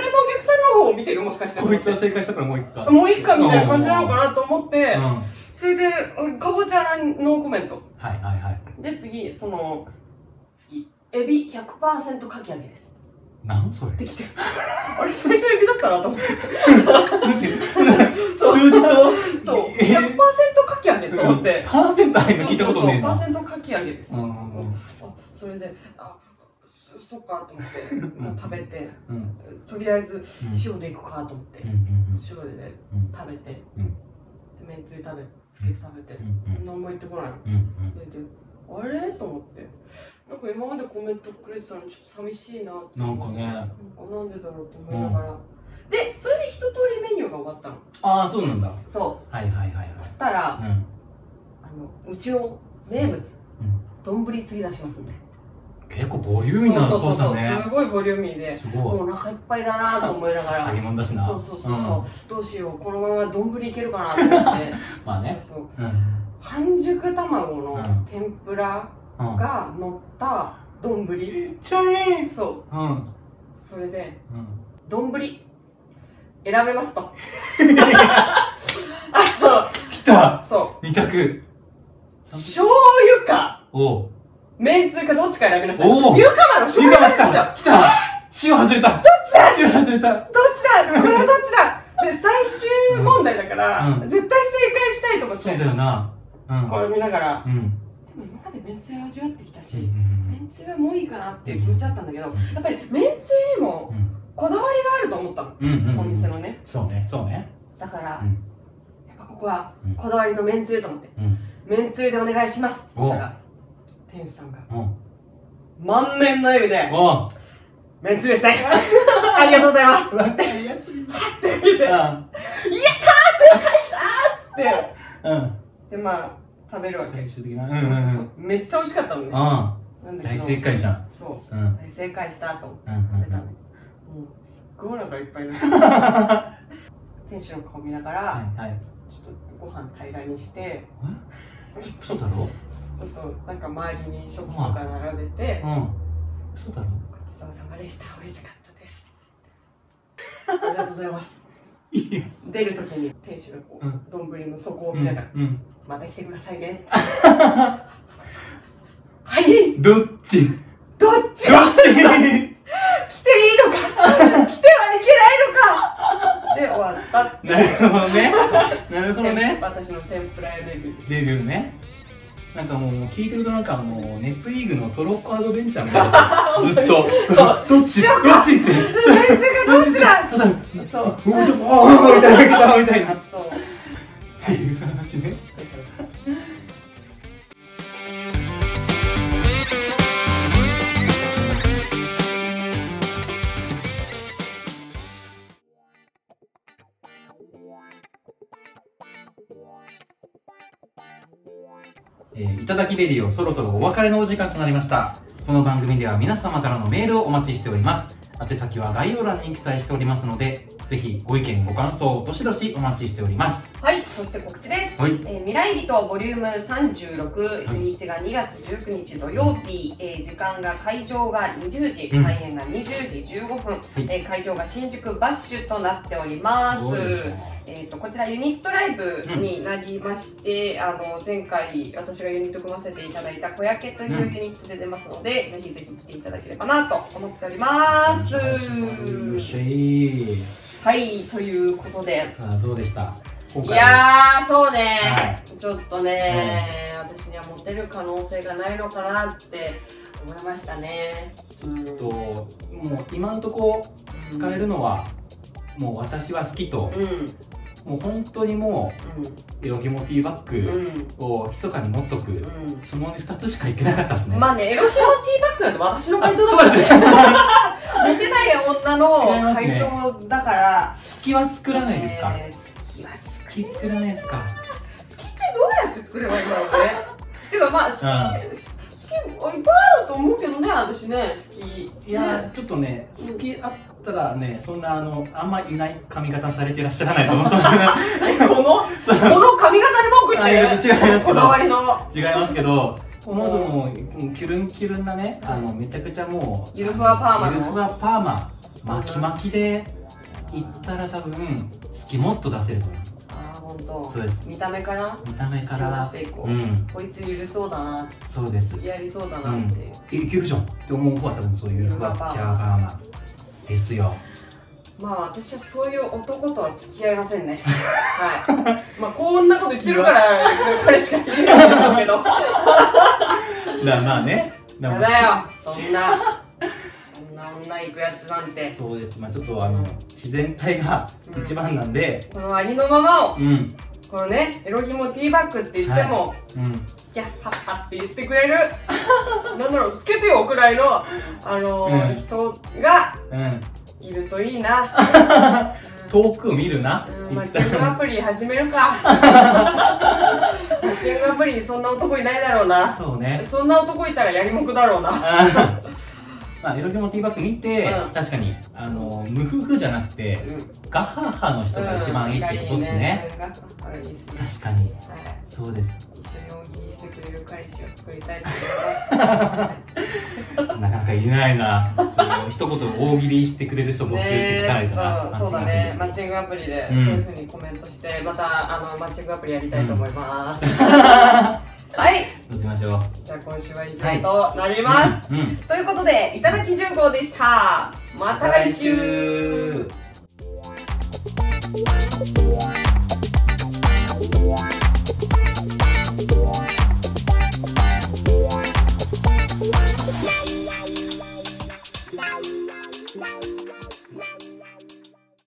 [SPEAKER 2] の方を見てるもしかして
[SPEAKER 1] こいつは正解したからもう一回
[SPEAKER 2] もういっかみたいな感じなのかなと思って、
[SPEAKER 1] うんはい
[SPEAKER 2] それでうんかぼちゃのコメント
[SPEAKER 1] はいはい
[SPEAKER 2] で次その次エビ100%かき揚げです
[SPEAKER 1] なんそれ
[SPEAKER 2] できて <laughs> あれ最初エビだったなと思って
[SPEAKER 1] <laughs>
[SPEAKER 2] そう
[SPEAKER 1] 数字と
[SPEAKER 2] そう
[SPEAKER 1] え
[SPEAKER 2] 100%かき揚げと思って
[SPEAKER 1] パーセント入るの聞いたことねえ
[SPEAKER 2] そうそうそうパー
[SPEAKER 1] な
[SPEAKER 2] セントかき揚げです、
[SPEAKER 1] うんうん
[SPEAKER 2] あそれであそそっかと思ってもう食べて
[SPEAKER 1] うんうん
[SPEAKER 2] とりあえず塩でいくかと思って、
[SPEAKER 1] うんうん
[SPEAKER 2] 塩で
[SPEAKER 1] うん
[SPEAKER 2] 食べて、
[SPEAKER 1] うん
[SPEAKER 2] でめんつゆ食べつけて食べて、何も言ってこないの
[SPEAKER 1] うんうん
[SPEAKER 2] それであれと思ってなんか今までコメントくれてたのちょっと寂しいなって
[SPEAKER 1] なんかね
[SPEAKER 2] なんかなんでだろうと思いながら、でそれで一通りメニューが終わったの
[SPEAKER 1] ああそうなんだ
[SPEAKER 2] そ
[SPEAKER 1] はいはいはいはいう
[SPEAKER 2] そしたら、
[SPEAKER 1] うん
[SPEAKER 2] あのうちの名物
[SPEAKER 1] うん
[SPEAKER 2] 丼、ぶり次出しますんで
[SPEAKER 1] 結構ボリューミーな
[SPEAKER 2] そう
[SPEAKER 1] お
[SPEAKER 2] そう
[SPEAKER 1] 父
[SPEAKER 2] そ
[SPEAKER 1] さ
[SPEAKER 2] うんそう、
[SPEAKER 1] ね
[SPEAKER 2] すごいボリューミーですも
[SPEAKER 1] ごいう
[SPEAKER 2] お腹いっぱいだなと思いながら
[SPEAKER 1] 揚げ物だしな
[SPEAKER 2] そうそうそうそう、どうしようこのまま丼いけるかなと思
[SPEAKER 1] <laughs>
[SPEAKER 2] って
[SPEAKER 1] まあね
[SPEAKER 2] そうそう
[SPEAKER 1] うん
[SPEAKER 2] 半熟卵
[SPEAKER 1] うん
[SPEAKER 2] の天ぷら
[SPEAKER 1] うんうん
[SPEAKER 2] が乗った丼、
[SPEAKER 1] めっちゃいい
[SPEAKER 2] そう
[SPEAKER 1] うん
[SPEAKER 2] それで
[SPEAKER 1] うん
[SPEAKER 2] 丼選べます
[SPEAKER 1] <laughs>
[SPEAKER 2] と。あ
[SPEAKER 1] 来た
[SPEAKER 2] の、そ
[SPEAKER 1] 二択
[SPEAKER 2] う。醤油か、
[SPEAKER 1] お
[SPEAKER 2] めんつゆかどっちか選びなさい。
[SPEAKER 1] おう
[SPEAKER 2] ゆかまの醤
[SPEAKER 1] ゆ
[SPEAKER 2] 油
[SPEAKER 1] か
[SPEAKER 2] か
[SPEAKER 1] が
[SPEAKER 2] で
[SPEAKER 1] 来
[SPEAKER 2] すよ。
[SPEAKER 1] た
[SPEAKER 2] ど
[SPEAKER 1] 来た塩外れた
[SPEAKER 2] っちだ
[SPEAKER 1] 塩外れた
[SPEAKER 2] どっちだこれはどっちだで、最終問題だから、
[SPEAKER 1] うん
[SPEAKER 2] 絶対正解したいと思っ
[SPEAKER 1] そ
[SPEAKER 2] て
[SPEAKER 1] うだ、よなうん
[SPEAKER 2] こう見ながら、
[SPEAKER 1] うんうん
[SPEAKER 2] でも今までめんつゆ味わってきた
[SPEAKER 1] う
[SPEAKER 2] し、め
[SPEAKER 1] ん
[SPEAKER 2] んつゆはもういいかなっていう気持ちだったんだけど、やっぱりめんつゆにもこだわりがあると思ったの、
[SPEAKER 1] うんうんうん
[SPEAKER 2] お店のね。
[SPEAKER 1] そうねそうね
[SPEAKER 2] だから、
[SPEAKER 1] うん
[SPEAKER 2] やっぱここはこだわりのめんつゆと思って、
[SPEAKER 1] うん
[SPEAKER 2] めんつゆでお願いしますって言ったら、店主さんが
[SPEAKER 1] うん
[SPEAKER 2] 満面の笑みで、
[SPEAKER 1] おう
[SPEAKER 2] めんつゆですね
[SPEAKER 1] <laughs>
[SPEAKER 2] ありがとうございます
[SPEAKER 1] わかりやすい
[SPEAKER 2] って言っ
[SPEAKER 1] う
[SPEAKER 2] て、やったー正解したーっ
[SPEAKER 1] ん
[SPEAKER 2] て
[SPEAKER 1] うん
[SPEAKER 2] で、まあ、食べるわけ。
[SPEAKER 1] 最終的なうん
[SPEAKER 2] そう
[SPEAKER 1] う
[SPEAKER 2] そうん
[SPEAKER 1] う
[SPEAKER 2] そ
[SPEAKER 1] ん
[SPEAKER 2] う。めっちゃ美味しかったのね。
[SPEAKER 1] あ
[SPEAKER 2] なん
[SPEAKER 1] あ
[SPEAKER 2] だ
[SPEAKER 1] 大
[SPEAKER 2] けど
[SPEAKER 1] 正解じゃん
[SPEAKER 2] そ
[SPEAKER 1] うん
[SPEAKER 2] う。大正解したと思って
[SPEAKER 1] うん
[SPEAKER 2] 食べたの。
[SPEAKER 1] うん
[SPEAKER 2] もう、すっごいお腹いっぱいになっちゃった
[SPEAKER 1] <laughs>
[SPEAKER 2] 店主の顔見ながら、
[SPEAKER 1] はいはい
[SPEAKER 2] ちょっとご飯平らにして、
[SPEAKER 1] 嘘だろ
[SPEAKER 2] ちょっとなんか周りに食器とか並べて、
[SPEAKER 1] うん嘘だろ
[SPEAKER 2] ごちそうさまでした。美味しかったです。ありがとうございます。
[SPEAKER 1] いいよ
[SPEAKER 2] 出るときに店主がこ
[SPEAKER 1] うん
[SPEAKER 2] う、丼、の底を
[SPEAKER 1] う
[SPEAKER 2] 見ながら、
[SPEAKER 1] んうん
[SPEAKER 2] また来てくださいね。はい
[SPEAKER 1] どっ <laughs> ち
[SPEAKER 2] どっち
[SPEAKER 1] ど
[SPEAKER 2] が
[SPEAKER 1] っち
[SPEAKER 2] 来ていい
[SPEAKER 1] <laughs>
[SPEAKER 2] のか来てはいけないのかで終わったって
[SPEAKER 1] なるほどねなるほどね
[SPEAKER 2] 私の天ぷら屋デビュー
[SPEAKER 1] <laughs>
[SPEAKER 2] でし
[SPEAKER 1] デビューねなんかもう聞いてるとなんかもうネットリーグのトロッコアドベンチャーみたい <laughs> なずっとどっちどっちって
[SPEAKER 2] た全然がどっちだそう
[SPEAKER 1] おーちょおーみたいなみた <laughs> いなっ
[SPEAKER 2] そう
[SPEAKER 1] ていう話ねえー、いただきレディオそろそろお別れのお時間となりましたこの番組では皆様からのメールをお待ちしております宛先は概要欄に記載しておりますのでぜひご意見ご感想をどしどしお待ちしております
[SPEAKER 2] はいそして告知です
[SPEAKER 1] はい
[SPEAKER 2] えー、未来人ボリューム36
[SPEAKER 1] はい
[SPEAKER 2] 日にちが2月19日土曜日、えー時間が会場が20時、
[SPEAKER 1] うん
[SPEAKER 2] 開演が20時15分、
[SPEAKER 1] い
[SPEAKER 2] えー会場が新宿バッシュとなっております
[SPEAKER 1] どうでしょう
[SPEAKER 2] えー、とこちらユニットライブになりまして、あの前回私がユニット組ませていただいた「小焼け」というユニットで出ますので、ぜひぜひ来ていただければなと思っております。
[SPEAKER 1] よ
[SPEAKER 2] は
[SPEAKER 1] し
[SPEAKER 2] いということで
[SPEAKER 1] さあどうでした今
[SPEAKER 2] い
[SPEAKER 1] 回
[SPEAKER 2] やーそうね、
[SPEAKER 1] は
[SPEAKER 2] ちょっとね、私にはモテる可能性がないのかなって思いましたね。
[SPEAKER 1] ちょっともう今んとこ使えるのはもう私は好きと
[SPEAKER 2] うんうん
[SPEAKER 1] もう本当にもうエロヒモティバ
[SPEAKER 2] うん
[SPEAKER 1] ッグを密かに持っとく
[SPEAKER 2] う
[SPEAKER 1] その2つしかいけなかったです
[SPEAKER 2] ん
[SPEAKER 1] ね
[SPEAKER 2] まあねエロヒモティバッグなんて私の
[SPEAKER 1] あ
[SPEAKER 2] 回答だ
[SPEAKER 1] そ
[SPEAKER 2] か
[SPEAKER 1] う
[SPEAKER 2] ら
[SPEAKER 1] ですね
[SPEAKER 2] モテない女の回答だから、
[SPEAKER 1] 隙は作らないですか
[SPEAKER 2] えー好きは好き
[SPEAKER 1] 隙作らないですか
[SPEAKER 2] 好きってどうやって作ればいいんだろうね <laughs> ていうかまあ好き、好きいっぱいあると思うけどね私ね好き
[SPEAKER 1] いや
[SPEAKER 2] ね
[SPEAKER 1] ちょっとね隙あったらねそんなあのあんまいない髪型されてらっしゃらないそ <laughs> もそも
[SPEAKER 2] このこの髪型に文句言って
[SPEAKER 1] あいや違いますけど
[SPEAKER 2] るこだわりの
[SPEAKER 1] 違いますけどもうもうキュルンキュルンなねあのめちゃくちゃもう
[SPEAKER 2] ゆるふわパーマの
[SPEAKER 1] ゆるふわパーマ巻き巻きでいったら多分好きもっと出せると思います
[SPEAKER 2] ああ本当
[SPEAKER 1] そうです
[SPEAKER 2] 見た目から
[SPEAKER 1] 見た目か
[SPEAKER 2] 好きを出
[SPEAKER 1] ら
[SPEAKER 2] していこう
[SPEAKER 1] うん
[SPEAKER 2] こいつゆるそうだな
[SPEAKER 1] そうです
[SPEAKER 2] 好きやりそうだなっていう、
[SPEAKER 1] えいけるじゃんって思う方は多分そういうふわキャーパーマですよ
[SPEAKER 2] まあ私はそういう男とは付き合いませ
[SPEAKER 1] <laughs>
[SPEAKER 2] んねはいまあこんなこと言ってる <laughs> から彼しか言えないんだけど
[SPEAKER 1] だまあねだ
[SPEAKER 2] や
[SPEAKER 1] か
[SPEAKER 2] だ
[SPEAKER 1] ら
[SPEAKER 2] よそんなそんな女行くやつなんて
[SPEAKER 1] そうですまあちょっとあの自然体が一番なんで
[SPEAKER 2] このありのままを
[SPEAKER 1] うんうん
[SPEAKER 2] このねエロヒモティーバッグって言っても、ギャッハッハって言ってくれるなんだろうつけてよくらいのあのー
[SPEAKER 1] うん
[SPEAKER 2] 人が
[SPEAKER 1] うん
[SPEAKER 2] いるといいな、
[SPEAKER 1] 遠くを見るな
[SPEAKER 2] うん、
[SPEAKER 1] 一
[SPEAKER 2] マッチング
[SPEAKER 1] 旦
[SPEAKER 2] アプリ始めるかマッチングアプリにそんな男いないだろうな
[SPEAKER 1] そうね
[SPEAKER 2] そんな男いたらやりもくだろうな
[SPEAKER 1] あー <laughs> まあ、エロゲモティーバッグ見て、
[SPEAKER 2] うん
[SPEAKER 1] 確かにあの無夫婦じゃなくて
[SPEAKER 2] うん
[SPEAKER 1] ガハハの人が一番いいってことですね、
[SPEAKER 2] うんがいいねうんがいいですね
[SPEAKER 1] 確かに
[SPEAKER 2] はい
[SPEAKER 1] そうです
[SPEAKER 2] 一緒に大喜利してくれる彼氏を作りたいと思います。
[SPEAKER 1] なかなかいないな。それを一言大喜利してくれる人募集って書か
[SPEAKER 2] ね
[SPEAKER 1] な
[SPEAKER 2] え
[SPEAKER 1] い
[SPEAKER 2] ち
[SPEAKER 1] と
[SPEAKER 2] ょっ
[SPEAKER 1] な。
[SPEAKER 2] とそうだねマッチングアプリでそういうふうにコメントして、またあのマッチングアプリやりたいと思います、はい
[SPEAKER 1] どうしましょう。
[SPEAKER 2] じゃあ今週は以上となります、
[SPEAKER 1] うん。
[SPEAKER 2] ということでいただき10号でしたまた来週
[SPEAKER 1] また来週